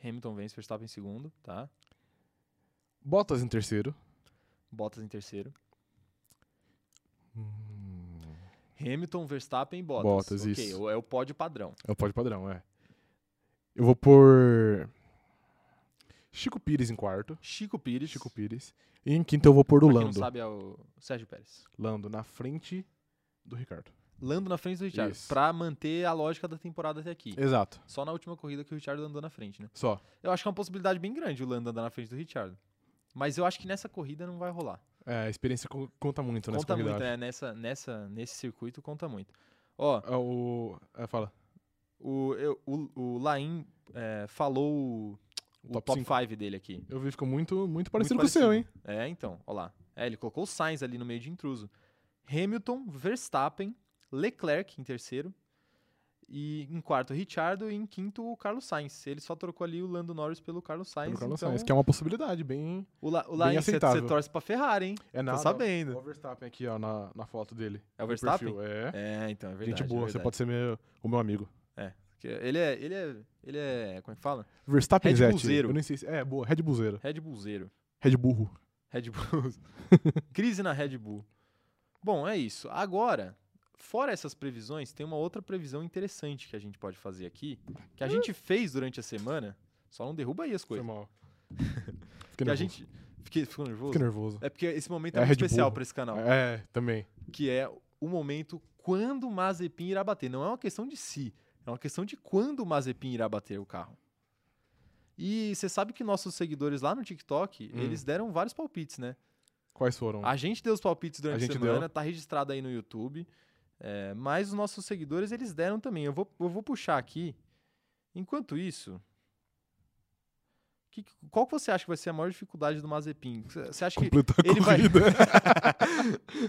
Speaker 1: Hamilton vence, Verstappen em segundo, tá?
Speaker 2: Bottas em terceiro.
Speaker 1: Bottas em terceiro.
Speaker 2: Hum,
Speaker 1: Hamilton, Verstappen e Bottas.
Speaker 2: Bottas,
Speaker 1: Ok,
Speaker 2: isso.
Speaker 1: é o pódio padrão.
Speaker 2: é o pódio padrão, é. Eu vou pôr Chico Pires em quarto.
Speaker 1: Chico Pires.
Speaker 2: Chico Pires. E em quinto eu vou pôr o
Speaker 1: Pra quem
Speaker 2: Lando.
Speaker 1: não sabe, é o Sérgio Pérez.
Speaker 2: Lando na frente do Ricardo.
Speaker 1: Lando na frente do Richard.
Speaker 2: Isso. É.
Speaker 1: Pra manter a lógica da temporada até aqui.
Speaker 2: Exato.
Speaker 1: Só na última corrida que o Richard andou na frente, né?
Speaker 2: Só.
Speaker 1: Eu acho que é uma possibilidade bem grande o Lando andar na frente do Richard. Mas eu acho que nessa corrida não vai rolar.
Speaker 2: É, a experiência co- conta muito nessa
Speaker 1: conta
Speaker 2: corrida,
Speaker 1: muito,
Speaker 2: eu acho.
Speaker 1: né? Nessa, nessa, nesse circuito conta muito. Ó,
Speaker 2: É, o... é, fala.
Speaker 1: o, eu- o, o Laim é, falou o- o
Speaker 2: Top
Speaker 1: top
Speaker 2: cinco.
Speaker 1: 5 dele aqui.
Speaker 2: Eu vi, ficou muito, muito parecido
Speaker 1: Muito
Speaker 2: com o seu, hein?
Speaker 1: É, então, ó lá. É, ele colocou o Sainz ali no meio de intruso. Hamilton, Verstappen, Leclerc em terceiro. E em quarto, Richardo. E em quinto, o Carlos Sainz. Ele só trocou ali o Lando Norris pelo Carlos Sainz.
Speaker 2: Pelo Carlos
Speaker 1: então,
Speaker 2: Sainz, que é uma possibilidade bem...
Speaker 1: O, La, o Lainz, você
Speaker 2: aceitável.
Speaker 1: torce pra Ferrari, hein?
Speaker 2: É nada.
Speaker 1: Tô
Speaker 2: ó,
Speaker 1: sabendo.
Speaker 2: O Verstappen aqui, ó, na, na foto dele.
Speaker 1: É o
Speaker 2: No
Speaker 1: Verstappen?
Speaker 2: perfil, É.
Speaker 1: É, então, é verdade.
Speaker 2: Gente
Speaker 1: é
Speaker 2: boa, você
Speaker 1: verdade.
Speaker 2: pode ser meu, o meu amigo.
Speaker 1: Que ele é, ele é, ele é, como é que fala?
Speaker 2: Verstappen
Speaker 1: Red
Speaker 2: Zete.
Speaker 1: Bullzeiro.
Speaker 2: Eu nem sei se... É, boa. Red Bullzeiro.
Speaker 1: Red Bullzeiro.
Speaker 2: Red Burro.
Speaker 1: Red
Speaker 2: [laughs]
Speaker 1: Bull. Crise na Red Bull. Bom, é isso. Agora, fora essas previsões, tem uma outra previsão interessante que a gente pode fazer aqui, que a gente fez durante a semana. Só não derruba aí as
Speaker 2: Foi
Speaker 1: coisas.
Speaker 2: mal.
Speaker 1: Que
Speaker 2: [laughs] Fiquei
Speaker 1: a
Speaker 2: nervoso.
Speaker 1: gente fiquei, ficou nervoso.
Speaker 2: Fiquei nervoso.
Speaker 1: É porque esse momento
Speaker 2: É
Speaker 1: é,
Speaker 2: a
Speaker 1: muito
Speaker 2: Red
Speaker 1: especial
Speaker 2: Bull.
Speaker 1: para esse canal,
Speaker 2: É, também.
Speaker 1: que é o momento quando o Mazepin irá bater. Não é uma questão de si, é uma questão de quando o Mazepin irá bater o carro. E você sabe que nossos seguidores lá no TikTok,
Speaker 2: Hum.
Speaker 1: eles deram vários palpites, né?
Speaker 2: Quais foram?
Speaker 1: A gente deu os palpites durante a,
Speaker 2: gente
Speaker 1: semana,
Speaker 2: deu.
Speaker 1: tá registrado aí no YouTube. é, mas os nossos seguidores, eles deram também. Eu vou, eu vou puxar aqui. Enquanto isso, que- qual que você acha que vai ser a maior dificuldade do Mazepin? Você você acha que
Speaker 2: Completar a
Speaker 1: ele vai- [laughs]
Speaker 2: corrida.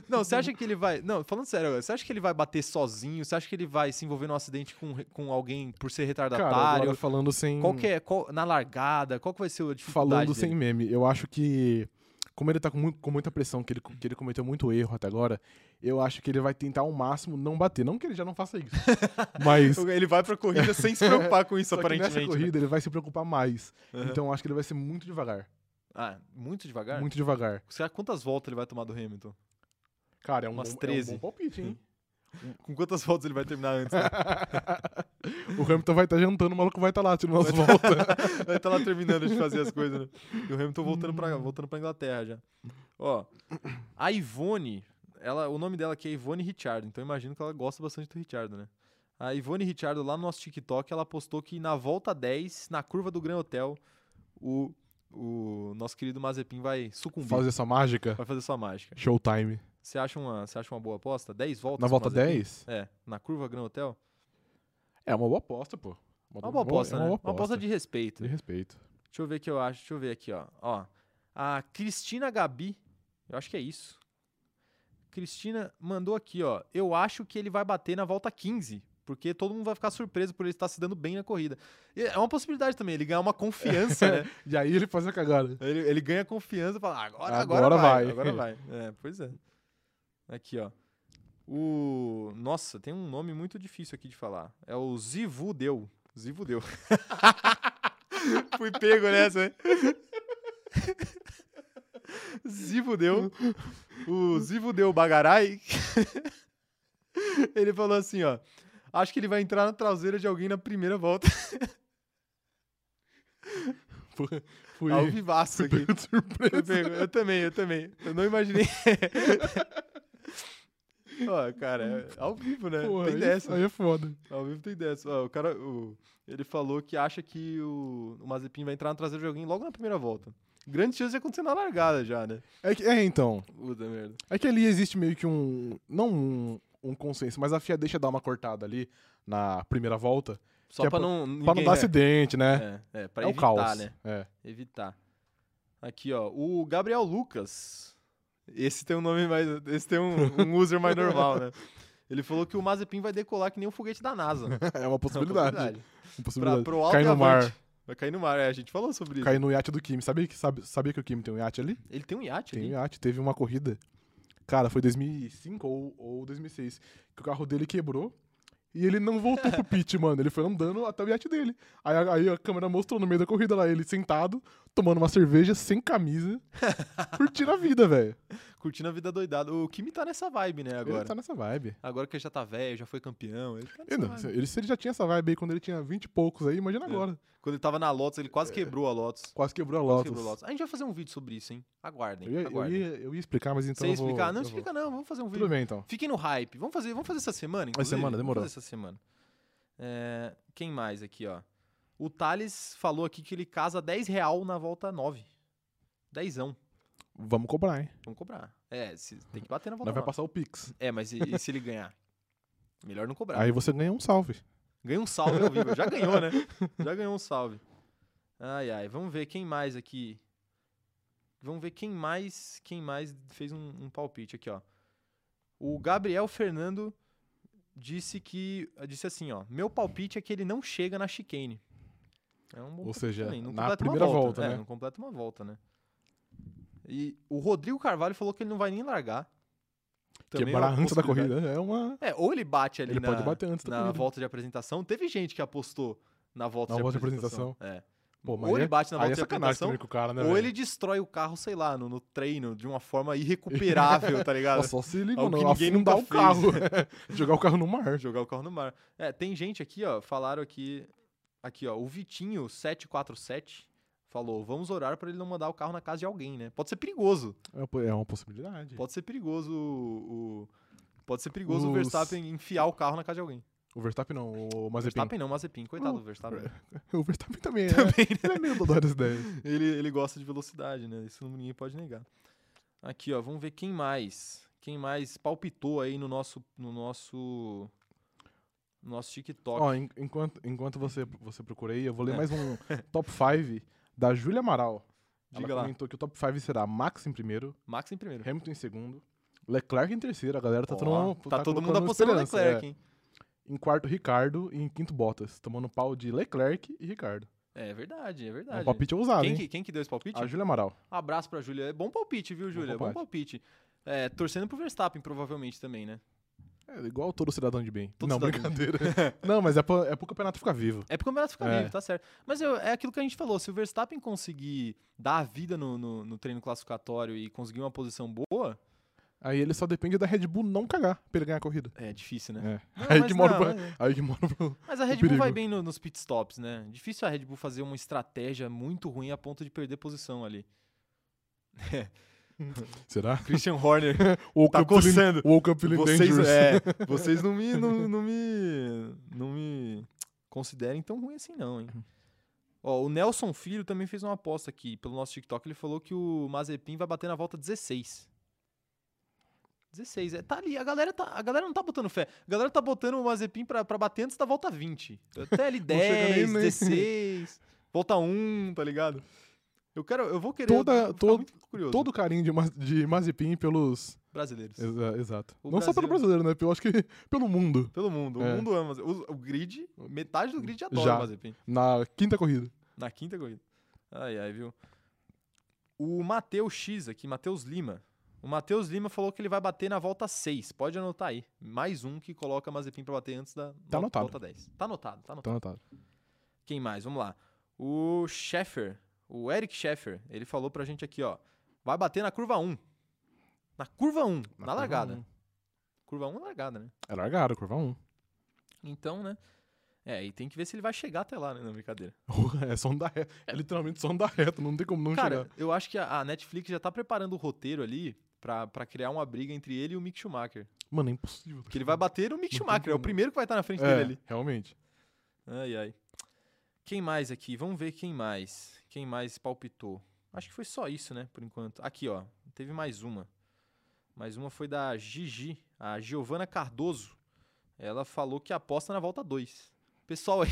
Speaker 1: Não, você acha que ele vai. Não, falando sério, agora, você acha que ele vai bater sozinho? Você acha que ele vai se envolver num acidente com, re- com alguém por ser
Speaker 2: Cara,
Speaker 1: retardatário?
Speaker 2: agora falando sem...
Speaker 1: qual que é. qual- na largada, qual que vai ser a dificuldade?
Speaker 2: Falando
Speaker 1: dele?
Speaker 2: sem meme, eu acho que. Como ele tá com, mui- com muita pressão, que ele, que ele cometeu muito erro até agora, eu acho que ele vai tentar ao máximo não bater. Não que ele já não
Speaker 1: [laughs]
Speaker 2: faça isso. mas. só
Speaker 1: Ele vai pra corrida sem se preocupar
Speaker 2: [laughs]
Speaker 1: com isso,
Speaker 2: que
Speaker 1: aparentemente.
Speaker 2: nessa
Speaker 1: né?
Speaker 2: corrida ele vai se preocupar mais.
Speaker 1: Aham.
Speaker 2: Então eu acho que ele vai ser muito devagar.
Speaker 1: Ah, muito devagar?
Speaker 2: Muito devagar.
Speaker 1: Será que quantas voltas ele vai tomar do Hamilton?
Speaker 2: Cara, é um,
Speaker 1: Umas
Speaker 2: bom, é
Speaker 1: 13.
Speaker 2: um bom
Speaker 1: [laughs]
Speaker 2: palpite, hein?
Speaker 1: Com quantas voltas ele vai terminar antes? né?
Speaker 2: o Hamilton vai estar jantando, o maluco vai estar lá tirando
Speaker 1: tá
Speaker 2: umas voltas.
Speaker 1: vai estar tá lá terminando de fazer as coisas, né? E o Hamilton voltando pra, voltando pra Inglaterra já. Ó, a Ivone, ela, o nome dela aqui é Ivone Richard, então eu imagino que ela gosta bastante do Richard, né? A Ivone Richard, lá no nosso TikTok, ela postou que na volta 10, na curva do Gran Hotel, o, o nosso querido Mazepin vai sucumbir.
Speaker 2: Fazer essa mágica.
Speaker 1: Vai fazer sua mágica.
Speaker 2: Showtime.
Speaker 1: Você acha uma, você acha uma boa aposta? 10 voltas?
Speaker 2: Na
Speaker 1: pro
Speaker 2: volta
Speaker 1: Mazepin?
Speaker 2: 10?
Speaker 1: É, na curva Gran Hotel?
Speaker 2: É uma boa aposta, pô.
Speaker 1: Uma boa aposta,
Speaker 2: é
Speaker 1: né?
Speaker 2: Uma boa
Speaker 1: Uma aposta de respeito.
Speaker 2: de respeito.
Speaker 1: Deixa eu ver o que eu acho. Deixa eu ver aqui, ó. ó a Cristina Gabi, eu acho que é isso. Cristina mandou aqui, ó. Eu acho que ele vai bater na volta 15. Porque todo mundo vai ficar surpreso por ele estar se dando bem na corrida. E É uma possibilidade também, ele ganhar uma confiança, né?
Speaker 2: E aí ele faz a cagada.
Speaker 1: Ele, ele ganha confiança e fala, "Ah, agora, agora,
Speaker 2: Agora
Speaker 1: vai,
Speaker 2: vai."
Speaker 1: Agora vai. É, pois é. Aqui, ó. O. Nossa, tem um nome muito difícil aqui de falar. É o Zivudeu. Zivudeu. Fui pego nessa, né? Zivudeu. O Zivudeu Bagarai. [laughs] Ele falou assim, ó. Acho que ele vai entrar na traseira de alguém na primeira volta.
Speaker 2: Fui.
Speaker 1: Ao vivaço aqui.
Speaker 2: pego de surpresa.
Speaker 1: Eu, pego- eu também, eu também. Eu não imaginei. [laughs] Ó, cara, é ao vivo, né?
Speaker 2: Porra,
Speaker 1: tem
Speaker 2: aí-
Speaker 1: dessa.
Speaker 2: Aí é foda.
Speaker 1: Ao vivo tem dessa. Ó, o cara, o- ele falou que acha que o, o Mazepin vai entrar na traseira de alguém logo na primeira volta. Grande chance de acontecer na largada já, né?
Speaker 2: É, que- é, então.
Speaker 1: Puta merda.
Speaker 2: É que ali existe meio que um. Não um, um consenso, mas a FIA deixa dar uma cortada ali na primeira volta.
Speaker 1: Só
Speaker 2: Que é
Speaker 1: pra
Speaker 2: pra-
Speaker 1: não. Ninguém,
Speaker 2: pra não dar acidente, né?
Speaker 1: É, é,
Speaker 2: É,
Speaker 1: pra
Speaker 2: o
Speaker 1: evitar,
Speaker 2: caos.
Speaker 1: né?
Speaker 2: É. [laughs]
Speaker 1: Evitar. Aqui, ó. O Gabriel Lucas. Esse tem um nome mais. Esse tem
Speaker 2: [laughs]
Speaker 1: um, um user mais normal, né? Ele falou que o Mazepin vai decolar que nem um foguete da
Speaker 2: [laughs]
Speaker 1: NASA.
Speaker 2: É uma
Speaker 1: É uma
Speaker 2: possibilidade. Uma
Speaker 1: Pra,
Speaker 2: possibilidade.
Speaker 1: pro alto
Speaker 2: Cair
Speaker 1: e
Speaker 2: é no mar.
Speaker 1: avante. Vai cair no mar, é. A gente falou sobre isso.
Speaker 2: Cair no iate do Kimi. Sabia que, sabe, sabia que o Kimi tem um iate ali?
Speaker 1: Ele tem um iate
Speaker 2: Tem um
Speaker 1: ali?
Speaker 2: iate. Teve uma corrida. Cara, foi 2005 ou, ou 2006. Que o carro dele quebrou. E ele não voltou pro
Speaker 1: [laughs]
Speaker 2: pit, mano. Ele foi andando até o iate dele. Aí, a- aí a câmera mostrou no meio da corrida lá ele sentado, tomando uma cerveja, sem
Speaker 1: [laughs]
Speaker 2: camisa, curtindo a vida, velho.
Speaker 1: Curtindo a vida doidada. O Kimi tá nessa vibe, né,
Speaker 2: Ele
Speaker 1: agora.
Speaker 2: tá nessa vibe.
Speaker 1: Agora que ele já tá velho, já foi campeão. Ele tá nessa
Speaker 2: Ele, não,
Speaker 1: vibe.
Speaker 2: ele- se ele já tinha essa vibe aí quando ele tinha 20 e poucos aí, imagina
Speaker 1: É.
Speaker 2: agora.
Speaker 1: Quando ele tava na Lotus, ele quase quebrou a Lotus.
Speaker 2: Quase quebrou a
Speaker 1: Quase
Speaker 2: É. Lotus.
Speaker 1: quebrou a Lotus. A gente vai fazer um vídeo sobre isso, hein? Aguardem,
Speaker 2: Eu, ia, eu,
Speaker 1: aguardem.
Speaker 2: ia, eu ia explicar, mas então.
Speaker 1: Você ia
Speaker 2: eu vou-
Speaker 1: explicar? não
Speaker 2: eu vou.
Speaker 1: explica não, vamos fazer um vídeo.
Speaker 2: Tudo bem, então.
Speaker 1: Fiquem no hype. Vamos fazer, vamos fazer essa semana, inclusive?
Speaker 2: semana, demorou.
Speaker 1: Vamos fazer essa semana. É, quem mais aqui, ó? O Thales falou aqui que ele casa 10 real na volta 9. Dezão.
Speaker 2: Vamos cobrar, hein?
Speaker 1: Vamos cobrar. É, se- tem que bater na volta
Speaker 2: Nós vai
Speaker 1: 9.
Speaker 2: passar o Pix.
Speaker 1: É, mas e, e se ele ganhar? Melhor não cobrar.
Speaker 2: Aí você ganha um salve.
Speaker 1: Ganha um salve ao vivo. Já ganhou, né? Já ganhou um salve. Ai, ai. Vamos ver quem mais aqui. Vamos ver quem mais, quem mais fez um, um palpite aqui, ó. O Gabriel Fernando disse que disse assim, ó, meu palpite é que ele não chega na chicane. É um bom
Speaker 2: Ou seja,
Speaker 1: também, não
Speaker 2: na
Speaker 1: completa uma
Speaker 2: primeira
Speaker 1: volta,
Speaker 2: volta,
Speaker 1: é,
Speaker 2: né?
Speaker 1: não completa uma volta, né? E o Rodrigo Carvalho falou que ele não vai nem largar. também é
Speaker 2: Quebrar
Speaker 1: uma
Speaker 2: antes da
Speaker 1: possibilidade.
Speaker 2: corrida é uma.
Speaker 1: É, ou ele bate ali
Speaker 2: Ele
Speaker 1: na,
Speaker 2: pode bater [laughs] antes da
Speaker 1: na
Speaker 2: corrida.
Speaker 1: volta de apresentação. Teve gente que apostou na volta,
Speaker 2: Na
Speaker 1: de,
Speaker 2: volta de
Speaker 1: apresentação. É.
Speaker 2: Pô, mas
Speaker 1: ou ele
Speaker 2: aí-
Speaker 1: bate na
Speaker 2: aí
Speaker 1: volta
Speaker 2: é
Speaker 1: de
Speaker 2: sacanagem
Speaker 1: apresentação,
Speaker 2: também com o cara, né?
Speaker 1: ou
Speaker 2: velho?
Speaker 1: ele destrói o carro, sei lá, no, no treino, de uma forma
Speaker 2: [laughs]
Speaker 1: irrecuperável, tá ligado?
Speaker 2: Nossa, só se ele
Speaker 1: Algo que
Speaker 2: mano,
Speaker 1: ninguém nunca
Speaker 2: afundar o
Speaker 1: fez.
Speaker 2: carro. [laughs] Jogar o carro no mar.
Speaker 1: [laughs] Jogar o carro no mar. É, tem gente aqui, ó, falaram aqui. Aqui, ó, o Vitinho 747 falou: vamos orar pra ele não mandar o carro na casa de alguém, né? Pode ser perigoso.
Speaker 2: É po- É uma possibilidade.
Speaker 1: Pode ser perigoso o. o- Pode ser perigoso o
Speaker 2: Os-
Speaker 1: Verstappen enfiar o carro na casa de alguém.
Speaker 2: O Verstappen não, o
Speaker 1: O
Speaker 2: Mazepin.
Speaker 1: Verstappen não, Mazepin, coitado do Verstappen.
Speaker 2: [laughs] O Verstappen também é.
Speaker 1: Também, né?
Speaker 2: [laughs] Ele é meio dodói das
Speaker 1: [laughs]
Speaker 2: ideias.
Speaker 1: Ele, ele gosta de velocidade, né? Isso ninguém pode negar. Aqui, ó, vamos ver quem mais. Quem mais palpitou aí no nosso. No nosso. No nosso TikTok.
Speaker 2: Ó, en- enquanto, enquanto você, você procura aí, eu vou ler
Speaker 1: É.
Speaker 2: mais
Speaker 1: [laughs]
Speaker 2: um top 5 da Júlia Amaral.
Speaker 1: Diga
Speaker 2: Ela
Speaker 1: lá.
Speaker 2: comentou que o top 5 será Max em primeiro,
Speaker 1: Max em primeiro.
Speaker 2: Hamilton em segundo, Leclerc em terceiro. A galera tá,
Speaker 1: Ó,
Speaker 2: tron-
Speaker 1: tá todo mundo
Speaker 2: colocando
Speaker 1: apostando no
Speaker 2: esperança,
Speaker 1: Leclerc, hein?
Speaker 2: é. Em quarto, Ricardo. E em quinto, Bottas. Tomando pau de Leclerc e Ricardo.
Speaker 1: É verdade, é
Speaker 2: É um
Speaker 1: verdade.
Speaker 2: palpite ousado,
Speaker 1: quem,
Speaker 2: hein?
Speaker 1: que, quem que deu esse palpite?
Speaker 2: A Júlia Amaral.
Speaker 1: Abraço pra Júlia. É bom palpite, viu, Júlia? Bom palpite. É, torcendo pro Verstappen, provavelmente, também, né?
Speaker 2: É igual todo cidadão de bem.
Speaker 1: Todo
Speaker 2: não,
Speaker 1: cidadão de
Speaker 2: brincadeira. não, mas é pro, é pro campeonato ficar vivo.
Speaker 1: É porque o campeonato fica
Speaker 2: É.
Speaker 1: vivo, tá certo. Mas eu- é aquilo que a gente falou: se o Verstappen conseguir dar a vida no, no- no treino classificatório e conseguir uma posição boa,
Speaker 2: Aí ele só depende da Red Bull não cagar pra ele ganhar a corrida.
Speaker 1: é difícil, né?
Speaker 2: É.
Speaker 1: Não,
Speaker 2: [laughs] aí,
Speaker 1: mas
Speaker 2: que mora
Speaker 1: não,
Speaker 2: o pro-
Speaker 1: mas-
Speaker 2: aí que mora [laughs] o pro-
Speaker 1: Mas a Red
Speaker 2: O
Speaker 1: Bull vai
Speaker 2: perigo.
Speaker 1: bem no- nos pit stops, né? Difícil a Red Bull fazer uma estratégia muito ruim a ponto de perder posição ali.
Speaker 2: Será?
Speaker 1: Christian Horner
Speaker 2: O
Speaker 1: tá
Speaker 2: Cup Feeling-
Speaker 1: coçando.
Speaker 2: O Cup Feeling
Speaker 1: Vocês,
Speaker 2: Dangerous. [laughs]
Speaker 1: é, vocês não me, não, não me, não me considerem tão ruim assim não, hein?
Speaker 2: Uhum.
Speaker 1: Ó, o Nelson Filho também fez uma aposta aqui pelo nosso TikTok. Ele falou que o Mazepin vai bater na volta 16. 16, é, tá ali. A galera, tá, a galera não tá botando fé. A galera tá botando o Mazepin pra, pra bater antes da volta 20. Até
Speaker 2: [laughs]
Speaker 1: ali
Speaker 2: chega
Speaker 1: 10,
Speaker 2: nem- nem-
Speaker 1: 16, volta 1, tá ligado? Eu quero, eu vou querer.
Speaker 2: Toda-
Speaker 1: eu vou ficar
Speaker 2: todo-
Speaker 1: muito curioso.
Speaker 2: Todo o carinho de, Ma- de Mazepin pelos.
Speaker 1: brasileiros.
Speaker 2: Exa- exato.
Speaker 1: O
Speaker 2: não só pelo
Speaker 1: Brasil-
Speaker 2: brasileiro, né? Pelo, acho que [laughs] pelo mundo.
Speaker 1: Pelo mundo. O
Speaker 2: É.
Speaker 1: mundo ama. O, o grid, metade do grid adora
Speaker 2: Já.
Speaker 1: o Mazepin.
Speaker 2: Na quinta corrida.
Speaker 1: Na quinta corrida. Ai, ai, viu? O Matheus X aqui, Matheus Lima. O Matheus Lima falou que ele vai bater na volta 6. Pode anotar aí. Mais um que coloca Mazepin pra bater antes da volta-
Speaker 2: anotado.
Speaker 1: volta 10. Tá anotado, tá anotado.
Speaker 2: Tá anotado.
Speaker 1: Quem mais? Vamos lá. O Sheffer, o Eric Sheffer, ele falou pra gente aqui, ó. Vai bater na curva 1. Na curva 1, na,
Speaker 2: curva
Speaker 1: largada.
Speaker 2: um.
Speaker 1: Curva 1 é largada, né?
Speaker 2: É largada, curva 1.
Speaker 1: Então, né? É, e tem que ver se ele vai chegar até lá, né? Na brincadeira.
Speaker 2: [laughs] É só andar reto. É literalmente só andar reto. Não tem como não
Speaker 1: Cara,
Speaker 2: chegar.
Speaker 1: eu acho que a a Netflix já tá preparando o roteiro ali pra, pra criar uma briga entre ele e o Mick Schumacher.
Speaker 2: Mano, é impossível.
Speaker 1: Que ele vai bater no
Speaker 2: [laughs]
Speaker 1: Mick
Speaker 2: Não tem
Speaker 1: Schumacher, é o
Speaker 2: como.
Speaker 1: primeiro que vai estar na frente
Speaker 2: é,
Speaker 1: dele ali.
Speaker 2: Realmente.
Speaker 1: Ai, ai. Quem mais aqui? Vamos ver quem mais. Quem mais palpitou. Acho que foi só isso, né, por enquanto. Aqui, ó. Teve mais uma. Mais uma foi da Gigi, a Giovana Cardoso. Ela falou que aposta na volta 2. Pessoal
Speaker 2: [laughs]
Speaker 1: aí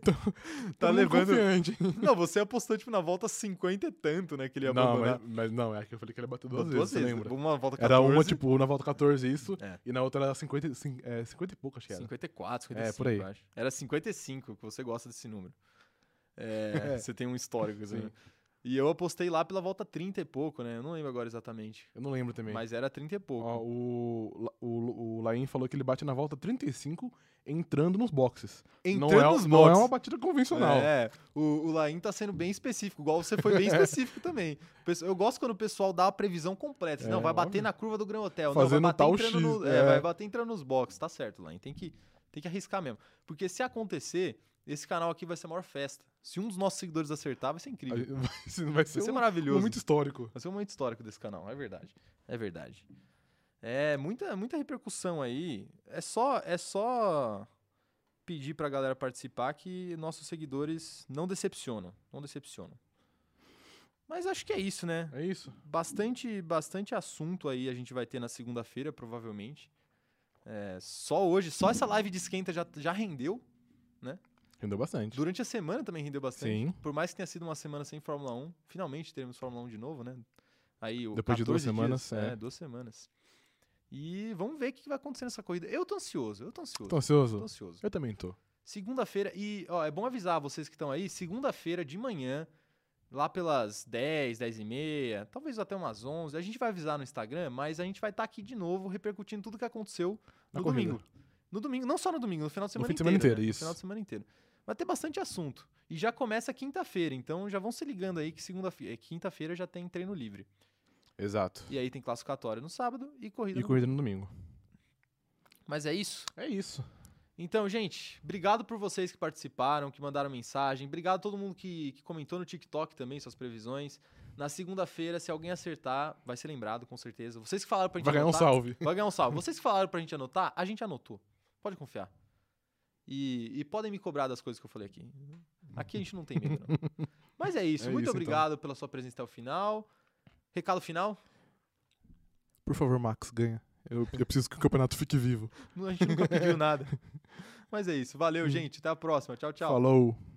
Speaker 1: tá
Speaker 2: Todo mundo
Speaker 1: levando
Speaker 2: Confiante.
Speaker 1: Não, você apostou, tipo, na volta 50 e tanto, né? Que ele ia
Speaker 2: Não,
Speaker 1: abandonar.
Speaker 2: mas, mas não, é que eu falei que ele bateu duas,
Speaker 1: Duas
Speaker 2: vezes, você lembra?
Speaker 1: Uma volta 14.
Speaker 2: Era uma, tipo, na volta 14, isso.
Speaker 1: É.
Speaker 2: E na outra era 50, e cin- é, 50 e pouco, acho que era.
Speaker 1: 54, 55,
Speaker 2: É, por aí.
Speaker 1: eu acho. Era 55, que você gosta desse número. É,
Speaker 2: [laughs] É.
Speaker 1: Você tem um histórico, assim.
Speaker 2: Sim.
Speaker 1: E eu apostei lá pela volta 30 e pouco, né? Eu não lembro agora exatamente.
Speaker 2: Eu não lembro também.
Speaker 1: Mas era 30 e pouco.
Speaker 2: Ó, o, La- o, o Laim falou que ele bate na volta 35 entrando nos boxes. não é,
Speaker 1: nos
Speaker 2: Não é
Speaker 1: boxes.
Speaker 2: uma batida convencional.
Speaker 1: É, o, o Laim tá sendo bem específico, igual você foi
Speaker 2: [laughs]
Speaker 1: bem específico também. O pessoal- Eu gosto quando o pessoal dá a previsão completa. assim,
Speaker 2: É,
Speaker 1: não, vai bater
Speaker 2: óbvio.
Speaker 1: na curva do Gran Hotel.
Speaker 2: Fazendo
Speaker 1: não, vai bater
Speaker 2: tal
Speaker 1: entrando
Speaker 2: X,
Speaker 1: no, é,
Speaker 2: é.
Speaker 1: vai bater entrando nos boxes. Tá certo, Laim. Tem que, tem que arriscar mesmo. Porque se acontecer, esse canal aqui vai ser a maior festa. Se um dos nossos seguidores acertar, vai ser incrível.
Speaker 2: Aí Vai ser, vai ser
Speaker 1: Vai ser
Speaker 2: um, um
Speaker 1: maravilhoso.
Speaker 2: momento histórico.
Speaker 1: Vai ser um momento histórico desse canal, é verdade. É verdade. É, muita, muita repercussão aí. É só, é só pedir pra galera participar que nossos seguidores não decepcionam. Não decepcionam. Mas acho que é isso, né?
Speaker 2: É isso.
Speaker 1: Bastante, bastante assunto aí a gente vai ter na segunda-feira, provavelmente. É, só hoje, só essa live de esquenta já, já rendeu.
Speaker 2: Rendeu bastante.
Speaker 1: Durante a semana também rendeu bastante.
Speaker 2: Sim.
Speaker 1: Por mais que tenha sido uma semana sem Fórmula 1, finalmente teremos Fórmula 1 de novo, né? Aí, o
Speaker 2: Depois de duas
Speaker 1: 14
Speaker 2: semanas,
Speaker 1: dias,
Speaker 2: é.
Speaker 1: duas semanas. E vamos ver o que vai acontecer nessa corrida. Eu tô ansioso, eu tô ansioso.
Speaker 2: Tô
Speaker 1: Tô
Speaker 2: ansioso?
Speaker 1: ansioso.
Speaker 2: Eu também tô.
Speaker 1: Segunda-feira, e ó, é bom avisar vocês que estão aí, segunda-feira de manhã Lá pelas 10, 10 e meia, talvez até umas 11. A gente vai avisar no Instagram, mas a gente vai estar aqui de novo repercutindo tudo que aconteceu
Speaker 2: Na
Speaker 1: no
Speaker 2: corrida.
Speaker 1: domingo. No domingo, não só no domingo, no final de
Speaker 2: No
Speaker 1: semana
Speaker 2: fim de
Speaker 1: inteiro.
Speaker 2: semana inteiro,
Speaker 1: né?
Speaker 2: isso.
Speaker 1: No final de semana inteiro. Vai ter bastante assunto. E já começa quinta-feira, então já vão se ligando aí que segunda-feira, eh, quinta-feira já tem treino livre.
Speaker 2: Exato.
Speaker 1: E aí tem classificatório no sábado e corrida.
Speaker 2: E
Speaker 1: no-
Speaker 2: corrida no domingo.
Speaker 1: Mas é isso.
Speaker 2: É isso.
Speaker 1: Então, gente, obrigado por vocês que participaram, que mandaram mensagem. Obrigado a todo mundo que, que comentou no TikTok também suas previsões. Na segunda-feira, se alguém acertar, vai ser lembrado, com certeza. Vocês que falaram pra gente
Speaker 2: Vai ganhar um
Speaker 1: anotar.
Speaker 2: salve.
Speaker 1: Vai ganhar um salve. Vocês que falaram pra gente anotar, a gente anotou. Pode confiar. E, e podem me cobrar das coisas que eu falei aqui. Aqui a gente não tem medo, não. Mas é isso.
Speaker 2: É
Speaker 1: Muito
Speaker 2: isso, então.
Speaker 1: obrigado pela sua presença até o final. Recado final?
Speaker 2: Por favor, Max, ganha. Eu, eu preciso que o campeonato fique vivo. [laughs] Hum.
Speaker 1: A gente nunca pediu nada. Mas é isso. Valeu, gente. Até a próxima. Tchau, tchau.
Speaker 2: Falou.